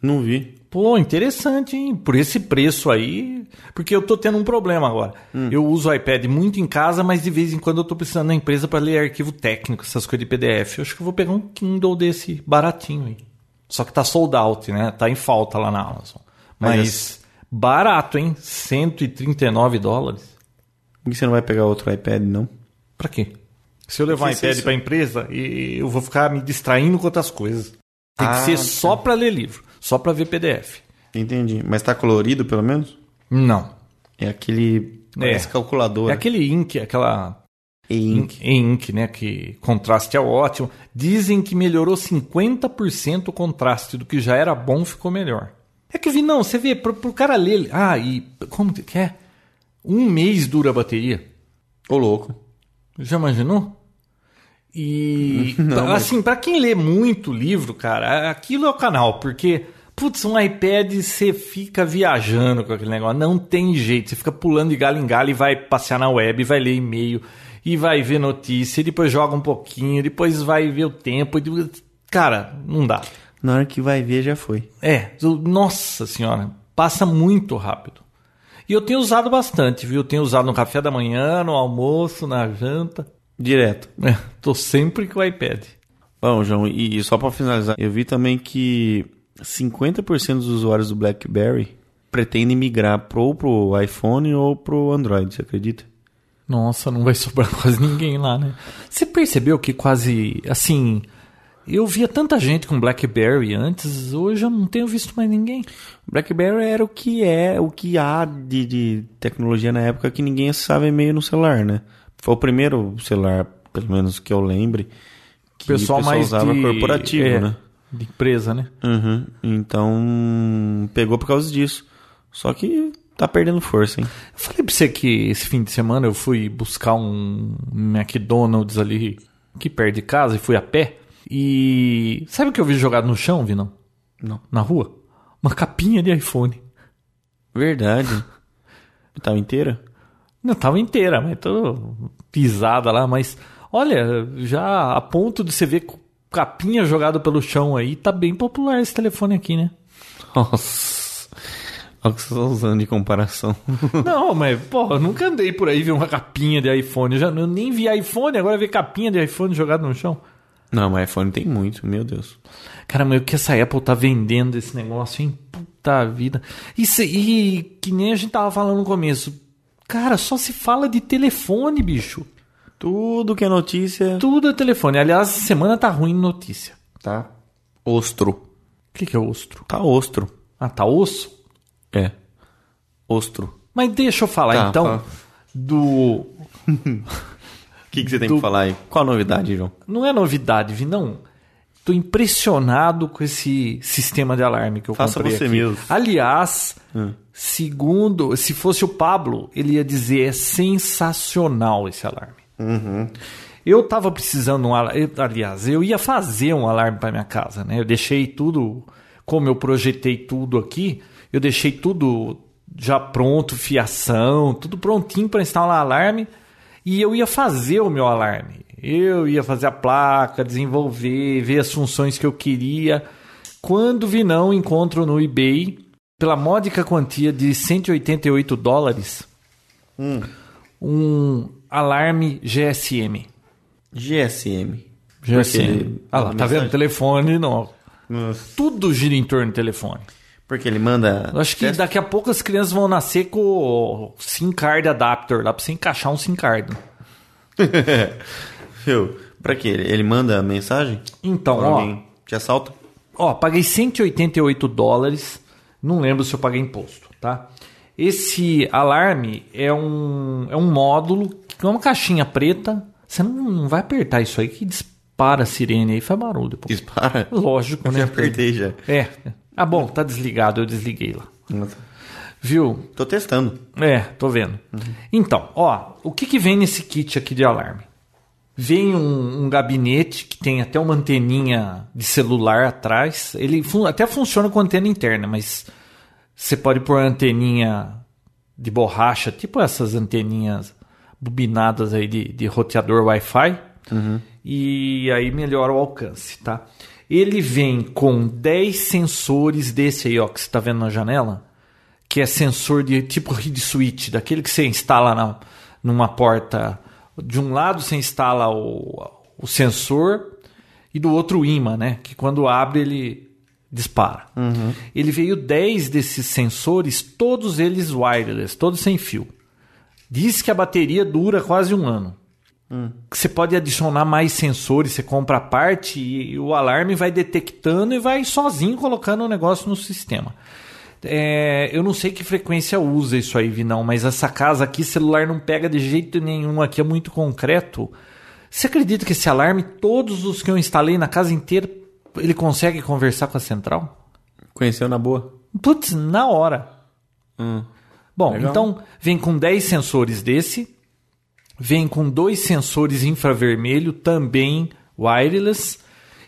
C: Não vi.
B: Pô, interessante, hein? Por esse preço aí. Porque eu tô tendo um problema agora. Eu uso o iPad muito em casa, mas de vez em quando eu tô precisando na empresa para ler arquivo técnico, essas coisas de PDF. Eu acho que eu vou pegar um Kindle desse baratinho aí. Só que tá sold out, né? Tá em falta lá na Amazon. Mas,
C: Mas
B: barato, hein? 139 dólares.
C: Por que você não vai pegar outro iPad, não?
B: Pra quê? Se eu levar um
C: Tem que ser
B: iPad
C: isso.
B: pra empresa, e eu vou ficar me distraindo com outras coisas. Tem que
C: Ah,
B: ser
C: tá.
B: só pra ler livro, só pra ver PDF.
C: Entendi. Mas tá colorido, pelo menos?
B: Não.
C: É aquele...
B: É.
C: Parece
B: É
C: calculadora.
B: aquele ink, aquela
C: E
B: ink.
C: Né? ink.
B: ink, né? Que contraste é ótimo. Dizem que melhorou 50% o contraste do que já era bom, ficou melhor. É que vi, não, você vê, pro, pro cara ler. Ah, e como que é? Um mês dura a bateria.
C: Ô, louco.
B: Já imaginou? E pra-
C: mas-
B: assim, pra quem lê muito livro, cara, aquilo é o canal, porque putz, um iPad você fica viajando com aquele negócio, não tem jeito, você fica pulando de galho em galho e vai passear na web, vai ler e-mail e vai ver notícia, e depois joga um pouquinho, depois vai ver o tempo, e de- cara, não dá.
C: Na hora que vai ver, já foi.
B: É, eu- nossa senhora, passa muito rápido. E eu tenho usado bastante, viu? Eu tenho usado no café da manhã, no almoço, na janta.
C: Direto.
B: É, tô sempre com o iPad.
C: Bom, João, e e só pra finalizar, eu vi também que 50% dos usuários do BlackBerry pretendem migrar pro, pro iPhone ou pro Android, você acredita?
B: Nossa, não vai sobrar quase ninguém lá, né? Você percebeu que quase, assim, eu via tanta gente com BlackBerry antes, hoje eu não tenho visto mais ninguém.
C: BlackBerry era o que é, o que há de, de tecnologia na época que ninguém acessava e-mail no celular, né? Foi o primeiro celular, pelo menos que eu lembre, que o pessoal usava corporativo,
B: é,
C: né?
B: De empresa, né?
C: Uhum. Então, pegou por causa disso. Só que tá perdendo força, hein?
B: Eu falei pra você que esse fim de semana eu fui buscar um McDonald's ali, que perto de casa, e fui a pé. E sabe o que eu vi jogado no chão, Vinão?
C: Não.
B: Na rua? Uma capinha de iPhone.
C: Verdade. Tava Tá inteira?
B: Não, tava inteira, mas tô pisada lá, mas olha, já a ponto de você ver capinha jogada pelo chão aí, tá bem popular esse telefone aqui, né?
C: Nossa. Olha o que você tá usando de comparação.
B: Não, mas, porra, eu nunca andei por aí ver uma capinha de iPhone. Eu, já, eu nem vi iPhone, agora ver capinha de iPhone jogada no chão.
C: Não, mas iPhone tem muito, meu Deus.
B: Cara, mas o que essa Apple tá vendendo esse negócio, hein? Puta vida. Isso, e que nem a gente tava falando no começo. Cara, só se fala de telefone, bicho.
C: Tudo que é notícia.
B: Tudo é telefone. Aliás, essa semana tá ruim notícia.
C: Tá. Ostro.
B: O que, que é ostro?
C: Tá ostro.
B: Ah, tá osso?
C: É. Ostro.
B: Mas deixa eu falar
C: Tá,
B: então
C: fala.
B: do.
C: O que, que você tem
B: Do-
C: que falar aí? Qual a novidade, João?
B: Não é novidade, Vi, não. Tô impressionado com esse sistema de alarme que eu
C: Faça
B: comprei
C: você
B: aqui.
C: mesmo. Hum.
B: Aliás, segundo, se fosse o Pablo, ele ia dizer é sensacional esse alarme. Eu tava precisando um alarme. Aliás, eu ia fazer um alarme para minha casa, né? Eu deixei tudo. Como eu projetei tudo aqui, eu deixei tudo já pronto, fiação, tudo prontinho para instalar alarme. E eu ia fazer o meu alarme. Eu ia fazer a placa, desenvolver, ver as funções que eu queria. Quando vi não, encontro no eBay, pela módica quantia de 188 dólares, um alarme GSM.
C: GSM.
B: GSM. Ah lá, tá vendo?
C: mensagem-
B: Telefone não. Tudo gira em torno do telefone.
C: Porque ele manda.
B: Eu acho que
C: teste-
B: daqui a pouco as crianças vão nascer com o SIM card adapter lá pra você encaixar um SIM card.
C: Viu? Pra quê? Ele ele manda mensagem?
B: Então,
C: Pra
B: ó.
C: Alguém te assalta?
B: Ó, paguei 188 dólares. Não lembro se eu paguei imposto, tá? Esse alarme é um, é um módulo, que é uma caixinha preta. Você não, não vai apertar isso aí que dispara a sirene aí, faz barulho. Pô.
C: Dispara.
B: Lógico,
C: Eu
B: né?
C: já apertei já.
B: É. Ah, bom, tá desligado, eu desliguei lá. Viu?
C: Tô testando.
B: É, tô vendo. Então, ó, o que, que vem nesse kit aqui de alarme? Vem um, um gabinete que tem até uma anteninha de celular atrás. Ele fun- até funciona com antena interna, mas você pode pôr anteninha de borracha, tipo essas anteninhas bobinadas aí de, de roteador Wi-Fi. Uhum. E aí melhora o alcance, tá? Ele vem com 10 sensores desse aí, ó, que você tá vendo na janela, que é sensor de tipo read switch, daquele que você instala na, numa porta. De um lado você instala o, o sensor e do outro o imã, né? Que quando abre ele dispara. Ele veio 10 desses sensores, todos eles wireless, todos sem fio. Diz que a bateria dura quase um ano. Que Você pode adicionar mais sensores, você compra a parte e o alarme vai detectando e vai sozinho colocando o negócio no sistema. É, eu não sei que frequência usa isso aí, Vinão, mas essa casa aqui, celular não pega de jeito nenhum, aqui é muito concreto. Você acredita que esse alarme, todos os que eu instalei na casa inteira, ele consegue conversar com a central?
C: Conheceu na boa?
B: Putz, na hora. Hum. Bom,
C: Legal.
B: então vem com 10 sensores desse, vem com dois sensores infravermelho, também wireless,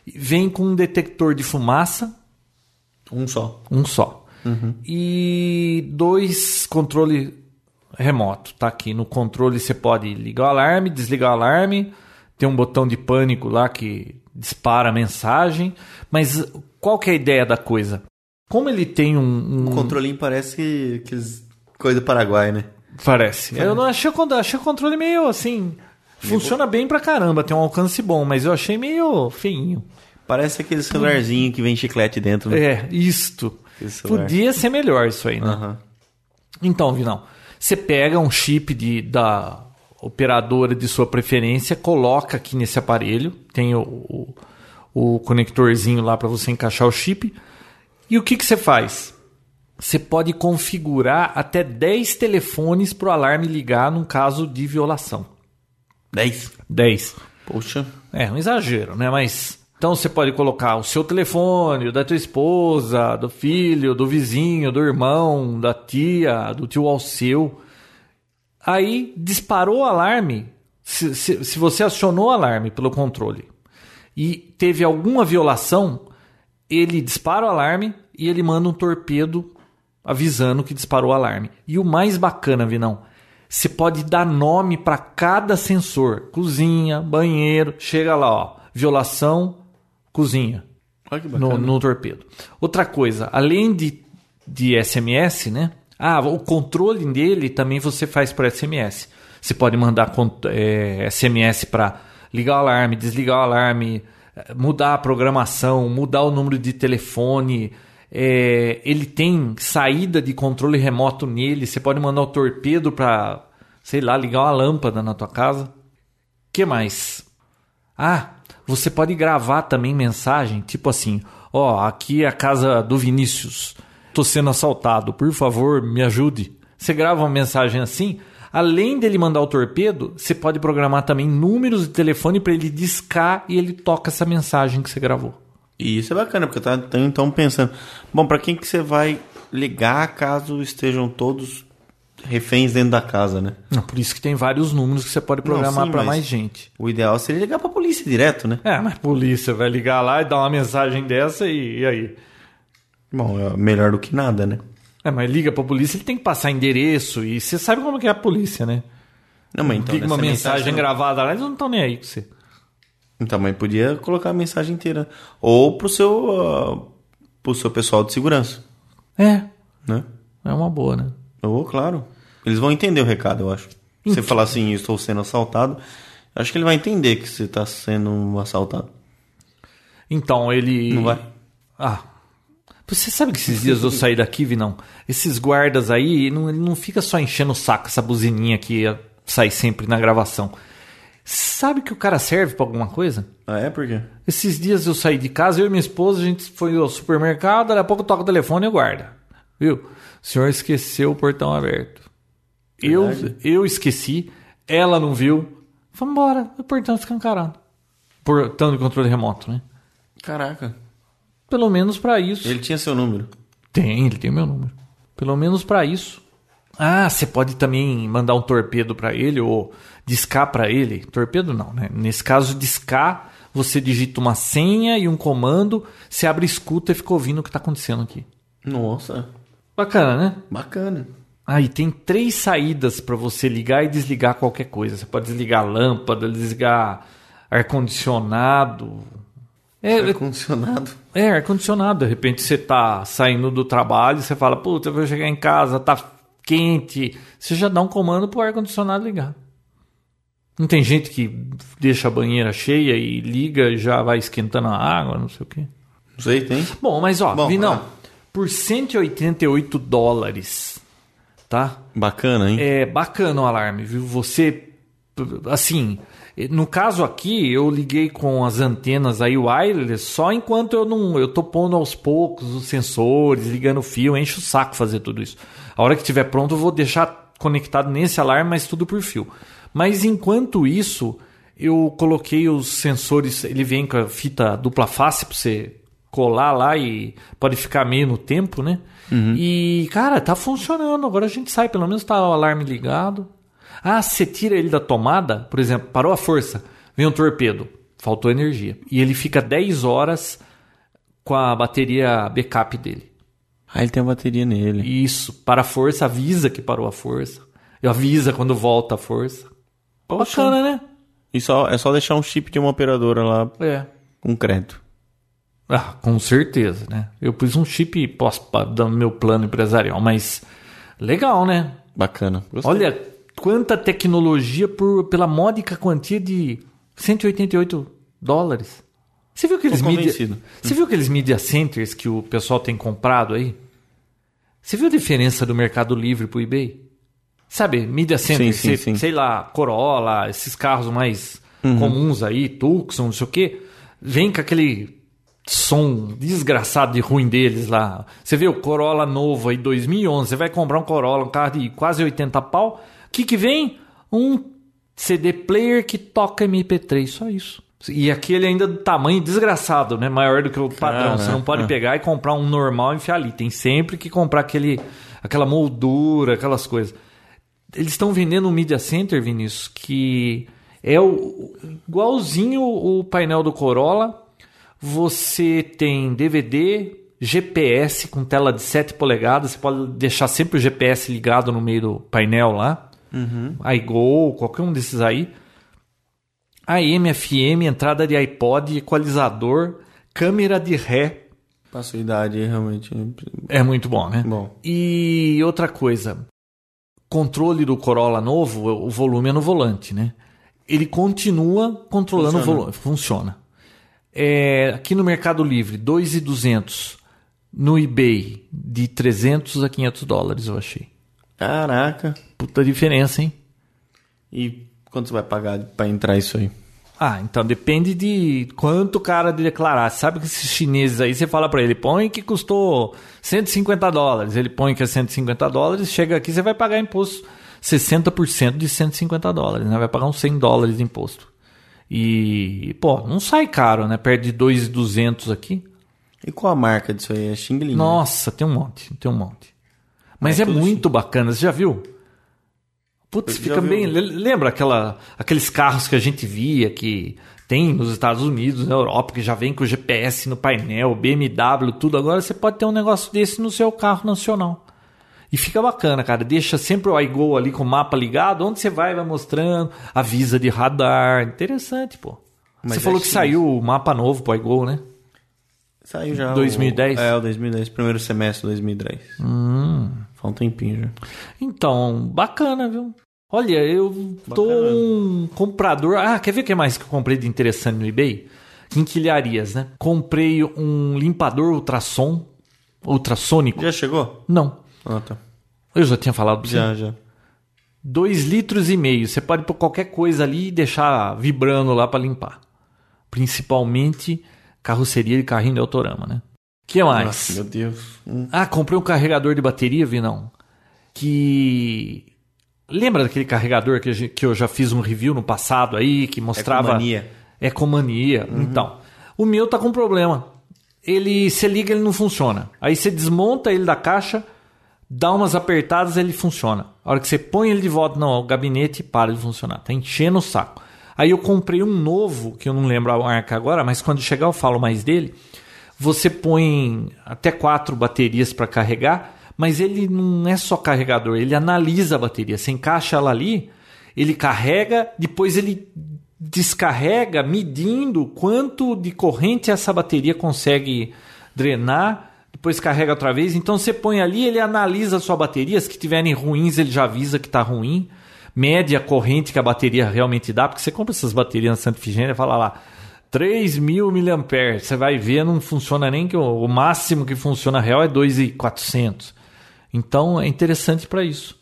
B: vem com um detector de fumaça,
C: Um só.
B: um só. E dois controle remoto, tá aqui. No controle você pode ligar o alarme, desligar o alarme, tem um botão de pânico lá que dispara a mensagem. Mas qual que é a ideia da coisa? Como ele tem um-
C: O
B: um
C: controlinho parece que- aqueles coisa do Paraguai, né?
B: Parece. é. Eu não achei o controle, achei o controle meio assim. Funciona bem pra caramba, tem um alcance bom, mas eu achei meio feinho.
C: Parece
B: Hum.
C: aquele celularzinho que vem chiclete dentro. né?
B: É, isto.
C: Esse celular.
B: Podia ser melhor isso aí, né?
C: Aham.
B: Então, Vinão, você pega um chip de, da operadora de sua preferência, coloca aqui nesse aparelho, tem o, o, o conectorzinho lá para você encaixar o chip. E o que, que você faz? Você pode configurar até 10 telefones para o alarme ligar num caso de violação.
C: 10.
B: 10.
C: Poxa.
B: É, um exagero, né? Mas. Então você pode colocar o seu telefone, o da tua esposa, do filho, do vizinho, do irmão, da tia, do tio Alceu. Aí disparou o alarme. Se, se, se você acionou o alarme pelo controle e teve alguma violação, ele dispara o alarme e ele manda um torpedo avisando que disparou o alarme. E o mais bacana, Vinão, Você pode dar nome para cada sensor. Cozinha, banheiro. Chega lá, ó. Violação, cozinha.
C: Olha que bacana.
B: no, no torpedo. Outra coisa, além de, de SMS, né? Ah, o controle dele também você faz por SMS. Você pode mandar con- eh, SMS para ligar o alarme, desligar o alarme, eh, mudar a programação, mudar o número de telefone. Eh, ele tem saída de controle remoto nele. Você pode mandar o torpedo para, sei lá, ligar uma lâmpada na tua casa. que mais? Ah, você pode gravar também mensagem, tipo assim: ó, aqui é a casa do Vinícius, tô sendo assaltado, por favor, me ajude. Você grava uma mensagem assim. Além dele mandar o torpedo, você pode programar também números de telefone para ele discar e ele toca essa mensagem que você gravou.
C: E isso é bacana, porque tá tá, então pensando. Bom, pra quem que você vai ligar caso estejam todos reféns dentro da casa, né?
B: Não, Por isso que tem vários números que você pode programar
C: sim,
B: para
C: mas-
B: mais gente.
C: O ideal seria ligar pra polícia direto, né?
B: É, mas polícia vai ligar lá e dar uma mensagem dessa e, e aí?
C: Bom, é melhor do que nada, né?
B: É, mas liga pra polícia, ele tem que passar endereço e você sabe como que é a polícia, né?
C: Não, mas então.
B: Liga uma
C: nessa
B: mensagem
C: não-
B: gravada lá, eles não estão nem aí com você.
C: Então, mas podia colocar a mensagem inteira. Ou pro seu. ah, pro seu pessoal de segurança,
B: É,
C: né?
B: é uma boa, né?
C: Ou, claro. Eles vão entender o recado, eu acho. Se você falar assim, "Eu estou sendo assaltado, eu acho que ele vai entender que você está sendo um assaltado.
B: Então ele.
C: Não vai?
B: Ah. Você sabe que esses dias eu saí daqui, Vinão? Esses guardas aí, não, ele não fica só enchendo o saco, essa buzininha que ia- sai sempre na gravação. Sabe que o cara serve pra alguma coisa?
C: Ah, é? Por quê?
B: Esses dias eu saí de casa, eu e minha esposa, a gente foi ao supermercado, daqui a pouco toca o telefone e o guarda. Viu? O senhor esqueceu o portão aberto. Eu,
C: Verdade.
B: eu esqueci, ela não viu. Vamos embora, o portão fica encarado. Portão de controle remoto, né?
C: Caraca.
B: Pelo menos pra isso.
C: Ele tinha seu número.
B: Tem, ele tem meu número. Pelo menos pra isso. Ah, você pode também mandar um torpedo pra ele ou discar pra ele. Torpedo não, né? Nesse caso, discar, você digita uma senha e um comando, você abre escuta e fica ouvindo o que tá acontecendo aqui.
C: Nossa,
B: Bacana, né?
C: bacana.
B: Aí tem três saídas pra você ligar e desligar qualquer coisa. Você pode desligar a lâmpada, desligar ar-condicionado. É, é
C: Ar-condicionado.
B: É, ar-condicionado. De repente você tá saindo do trabalho, você fala, puta, eu vou chegar em casa, tá quente. Você já dá um comando pro ar-condicionado ligar. Não tem gente que deixa a banheira cheia e liga e já vai esquentando a água, não sei o quê.
C: Não sei, tem?
B: Bom, mas ó,
C: Bom,
B: Vinão,
C: é.
B: por 188 dólares, tá?
C: Bacana, hein?
B: É bacana o alarme, viu? Você, assim, no caso aqui, eu liguei com as antenas aí wireless só enquanto eu não, eu tô pondo aos poucos os sensores, ligando o fio, enche o saco fazer tudo isso. A hora que estiver pronto, eu vou deixar conectado nesse alarme, mas tudo por fio. Mas enquanto isso, eu coloquei os sensores, ele vem com a fita dupla face pra você colar lá e pode ficar meio no tempo, né? E, cara, tá funcionando. Agora a gente sai, pelo menos tá o alarme ligado. Ah, você tira ele da tomada, por exemplo, parou a força, vem um torpedo, faltou energia. E ele fica 10 horas com a bateria backup dele.
C: Ah, ele tem a bateria nele.
B: Isso, para a força, avisa que parou a força. E avisa quando volta a força.
C: Poxa.
B: Bacana, né?
C: E só, é só deixar um chip de uma operadora lá
B: É.
C: com crédito.
B: Ah, com certeza, né? Eu pus um chip pós pa- do meu plano empresarial, mas legal, né?
C: Bacana. Gostei.
B: Olha quanta tecnologia por, pela módica quantia de 188 dólares. Você viu aqueles
C: Tô
B: media,
C: convencido.
B: Você viu aqueles media centers que o pessoal tem comprado aí? Você viu a diferença do Mercado Livre pro eBay? Sabe, media center,
C: Sim, sim,
B: cê-
C: sim.
B: sei lá, Corolla, esses carros mais comuns aí, Tucson, não sei o quê, vem com aquele som desgraçado de ruim deles lá. Você vê o Corolla novo aí 2011, você vai comprar um Corolla, um carro de quase 80 pau, o que que vem? Um CD player que toca MP3, só isso. E aquele ainda do tamanho desgraçado, né? Maior do que o padrão. Você não pode
C: Caraca.
B: pegar e comprar um normal e enfiar ali. Tem sempre que comprar aquele, aquela moldura, aquelas coisas. Eles estão vendendo um Media Center, Vinícius, que é o, igualzinho o painel do Corolla. Você tem DVD, GPS com tela de 7 polegadas. Você pode deixar sempre o GPS ligado no meio do painel lá. iGo, qualquer um desses aí. AM, FM, entrada de iPod, equalizador, câmera de ré.
C: Passou a idade, realmente.
B: É muito bom, né?
C: Bom.
B: E outra coisa, controle do Corolla novo, o volume é no volante, né? Ele continua controlando
C: Funciona.
B: o volume, funciona. É, aqui no Mercado Livre, 2,200. No eBay, de 300 a 500 dólares, eu achei.
C: Caraca.
B: Puta diferença, hein?
C: E quanto você vai pagar pra entrar isso aí?
B: Ah, então depende de quanto o cara de declarar. Sabe que esses chineses aí, você fala pra ele, põe que custou 150 dólares. Ele põe que é 150 dólares, chega aqui, você vai pagar imposto 60% de 150 dólares, né? Vai pagar uns 100 dólares de imposto. E, pô, não sai caro, né? Perde 2,200 aqui.
C: E qual a marca disso aí? É Xing Ling?
B: Nossa, tem um monte, tem um monte. Mas
C: É
B: é
C: tudo
B: muito bacana, você já viu? Putz,
C: Eu já
B: fica
C: vi
B: bem.
C: um.
B: le- Lembra aquela, aqueles carros que a gente via que tem nos Estados Unidos, na Europa, que já vem com GPS no painel, BMW, tudo. Agora você pode ter um negócio desse no seu carro nacional. E fica bacana, cara. Deixa sempre o iGo ali com o mapa ligado. Onde você vai, vai mostrando. Avisa de radar. Interessante, pô.
C: Mas
B: você
C: é
B: falou que
C: chinês.
B: saiu o mapa novo pro iGo, né?
C: Saiu já. o-
B: 2010?
C: É, o 2010. Primeiro semestre de 2010. Falta um tempinho já.
B: Então, bacana, viu? Olha, eu tô
C: Bacana.
B: um comprador. Ah, quer ver o que mais que eu comprei de interessante no eBay? Quinquilharias, né? Comprei um limpador ultrassom, ultrassônico.
C: Já chegou?
B: Não,
C: Ah, tá.
B: eu já tinha falado pra você.
C: Já, já.
B: 2 litros e meio. Você pode pôr qualquer coisa ali e deixar vibrando lá pra limpar. Principalmente carroceria e carrinho de autorama, né? que mais?
C: Nossa, meu Deus. Hum.
B: Ah, comprei um carregador de bateria, vi não. Que. Lembra daquele carregador que, a gente- que eu já fiz um review no passado aí, que mostrava.
C: Ecomania.
B: Ecomania. Então. O meu tá com problema. Ele se liga, ele não funciona. Aí você desmonta ele da caixa, dá umas apertadas, ele funciona. A hora que você põe ele de volta no gabinete, para de funcionar. Tá enchendo o saco. Aí eu comprei um novo, que eu não lembro a marca agora, mas quando chegar eu falo mais dele. Você põe até quatro baterias para carregar, mas ele não é só carregador, ele analisa a bateria. Você encaixa ela ali, ele carrega, depois ele descarrega medindo quanto de corrente essa bateria consegue drenar, depois carrega outra vez. Então você põe ali, ele analisa a sua bateria, se que tiverem ruins, ele já avisa que está ruim. Mede a corrente que a bateria realmente dá, porque você compra essas baterias na Santa Figênia e fala lá, 3 mil miliamperes. Você vai ver, não funciona nem que o, o máximo que funciona real é 2,400. Então é interessante para isso.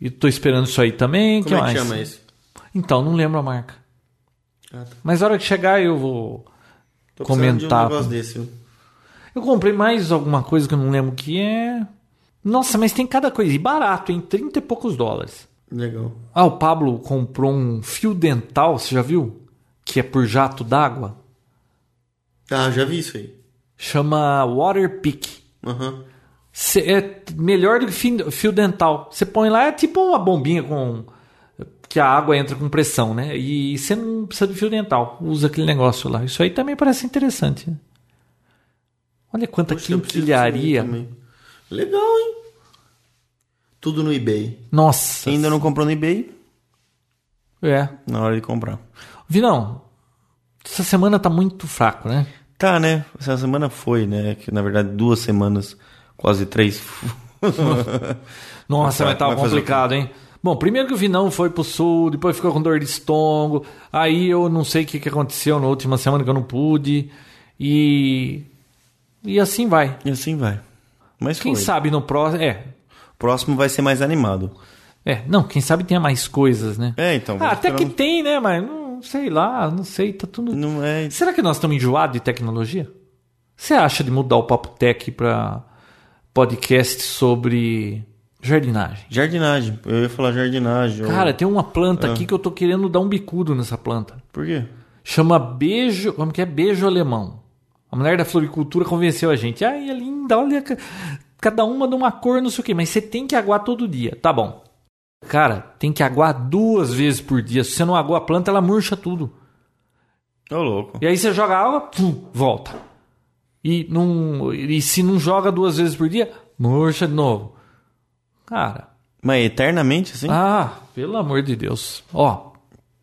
B: E tô esperando isso aí também.
C: Como
B: que
C: é que
B: mais?
C: chama isso?
B: Então, não lembro a marca.
C: Ah, tá.
B: Mas na hora que chegar eu vou
C: Tô precisando de um
B: comentar.
C: negócio desse. viu?
B: Eu comprei mais alguma coisa que eu não lembro o que é. Nossa, mas tem cada coisa. E barato, hein? 30 e poucos dólares.
C: Legal.
B: Ah, o Pablo comprou um fio dental, você já viu? Que é por jato d'água.
C: Ah, já vi isso aí.
B: Chama Water Pick.
C: Aham.
B: Cê- é melhor do que fio, fio dental. Você põe lá, é tipo uma bombinha com. que a água entra com pressão, né? E você não precisa de fio dental. Usa aquele negócio lá. Isso aí também parece interessante. né? Olha quanta
C: Poxa, eu preciso
B: quinquilharia.
C: disso aí também. Legal, hein? Tudo no eBay.
B: Nossa.
C: Quem ainda não comprou no eBay,
B: É.
C: na hora de comprar.
B: Vinão, essa semana tá muito fraco, né?
C: Tá, né? Essa semana foi, né? Que, na verdade, duas semanas, quase três.
B: Nossa,
C: Vai
B: mas
C: fa-
B: tava
C: vai fazer o quê?
B: tá complicado, hein? Bom, primeiro que o Vinão foi pro sul, depois ficou com dor de estômago. Aí eu não sei o que, que aconteceu na última semana que eu não pude. E. E assim vai.
C: e assim vai. Mas
B: Quem
C: foi.
B: sabe no próximo. É.
C: O próximo vai ser mais animado.
B: É, não, quem sabe tenha mais coisas, né?
C: É, então.
B: ah,
C: vamos
B: até que
C: esperar
B: tem, né? Mas não sei lá, não sei, tá tudo.
C: um- Não é.
B: Será que nós estamos enjoados de tecnologia? Você acha de mudar o Papo Tech pra podcast sobre jardinagem?
C: Jardinagem. Eu ia falar jardinagem. ou-
B: Cara, tem uma planta aqui que eu tô querendo dar um bicudo nessa planta.
C: Por quê?
B: Chama Beijo. Como que é? Beijo Alemão. A mulher da floricultura convenceu a gente. Ai, é linda, olha. ca- Cada uma de uma cor, não sei o quê. Mas você tem que aguar todo dia. Tá bom. Cara, tem que aguar duas vezes por dia. Se você não aguar a planta, ela murcha tudo.
C: Ô, louco.
B: E aí você joga água, pum, volta. E, não, e se não joga duas vezes por dia, murcha de novo. Cara,
C: Mas eternamente, assim?
B: Ah, pelo amor de Deus. Ó,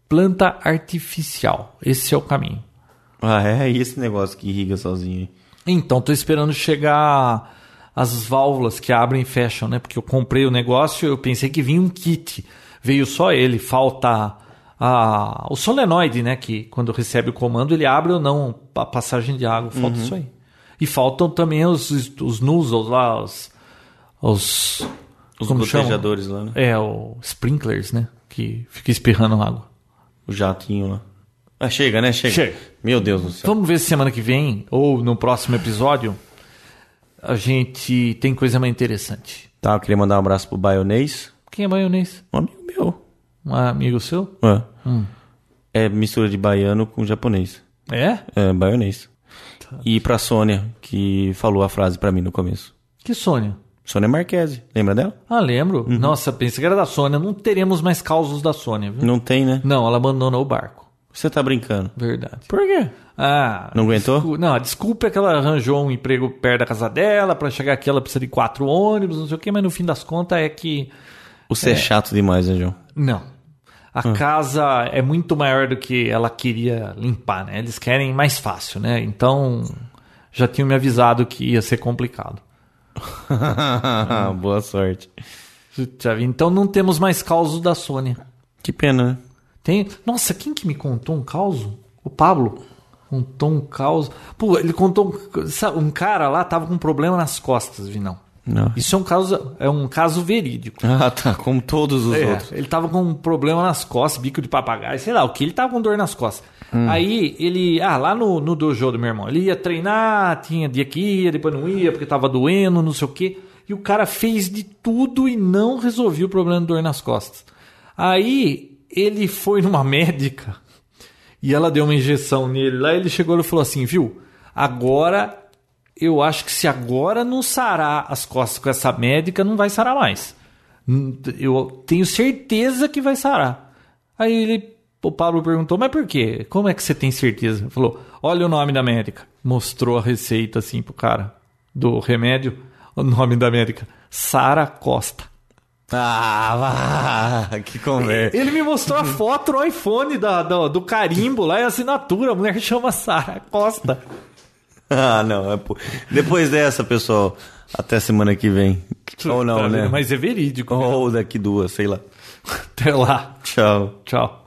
B: planta artificial. Esse é o caminho.
C: Ah, é e esse negócio que irriga sozinho. hein?
B: Então, tô esperando chegar as válvulas que abrem e fecham, né? Porque eu comprei o negócio, eu pensei que vinha um kit. Veio só ele, falta a, o solenoide, né? Que quando recebe o comando, ele abre ou não a passagem de água. Falta isso aí. E faltam também os, os nozzles lá, os... Os,
C: Os
B: como chama?
C: protejadores lá, né?
B: É, o sprinklers, né? Que fica espirrando água.
C: O jatinho lá. Ah, chega, né? Chega.
B: Chega.
C: Meu Deus do céu.
B: Então, Vamos ver se semana que vem, ou no próximo episódio, a gente tem coisa mais interessante.
C: Tá, eu queria mandar um abraço pro Baionês.
B: Quem é maionês?
C: Um amigo meu.
B: Um amigo seu?
C: É. É mistura de baiano com japonês.
B: É?
C: É, baionês. E pra Sônia, que falou a frase pra mim no começo.
B: Que Sônia?
C: Sônia Marquese, lembra dela?
B: Ah, lembro.
C: Uhum.
B: Nossa, pensei que era da Sônia. Não teremos mais causos da Sônia, viu?
C: Não tem, né?
B: Não, ela abandonou o barco.
C: Você tá brincando.
B: Verdade.
C: Por quê?
B: Ah,
C: Não aguentou?
B: descul- Não, a desculpa é que ela arranjou um emprego perto da casa dela, pra chegar aqui ela precisa de quatro ônibus, não sei o quê, mas no fim das contas é que
C: Você é, chato demais, né, João?
B: Não. A casa é muito maior do que ela queria limpar, né? Eles querem mais fácil, né? Então já tinham me avisado que ia ser complicado.
C: Boa sorte.
B: Puta vida, Então não temos mais causos da Sônia.
C: Que pena, né?
B: Tem... Nossa, quem que me contou um causo? O Pablo. Contou um causo. Pô, ele contou. um- sabe, Um cara lá tava com um problema nas costas, Vinão.
C: Não.
B: Isso é um caso, é um caso verídico.
C: Ah, tá. Como todos os
B: É,
C: outros.
B: ele tava com um problema nas costas, bico de papagaio, sei lá o que, ele tava com dor nas costas. Aí ele, ah, lá no, no dojo do meu irmão, ele ia treinar, tinha dia que ia, depois não ia, porque tava doendo, não sei o quê. E o cara fez de tudo e não resolvia o problema de dor nas costas. Aí ele foi numa médica e ela deu uma injeção nele lá, ele chegou e falou assim, viu, agora eu acho que se agora não sarar as costas com essa médica, não vai sarar mais. Hum, Eu tenho certeza que vai sarar. Aí ele, o Pablo perguntou, mas por quê? Como é que você tem certeza? Ele falou, olha o nome da médica. Mostrou a receita assim pro cara do remédio, o nome da médica, Sara Costa.
C: Ah, vá, que conversa.
B: Ele me mostrou a foto no iPhone da, do, do carimbo lá e a assinatura. A mulher chama Sara Costa.
C: Ah, não. É po- Depois dessa, pessoal, até semana que vem. Ou
B: Tá
C: não,
B: vendo?
C: né?
B: Mas é verídico.
C: Ou daqui duas, sei lá.
B: Até lá.
C: Tchau.
B: Tchau.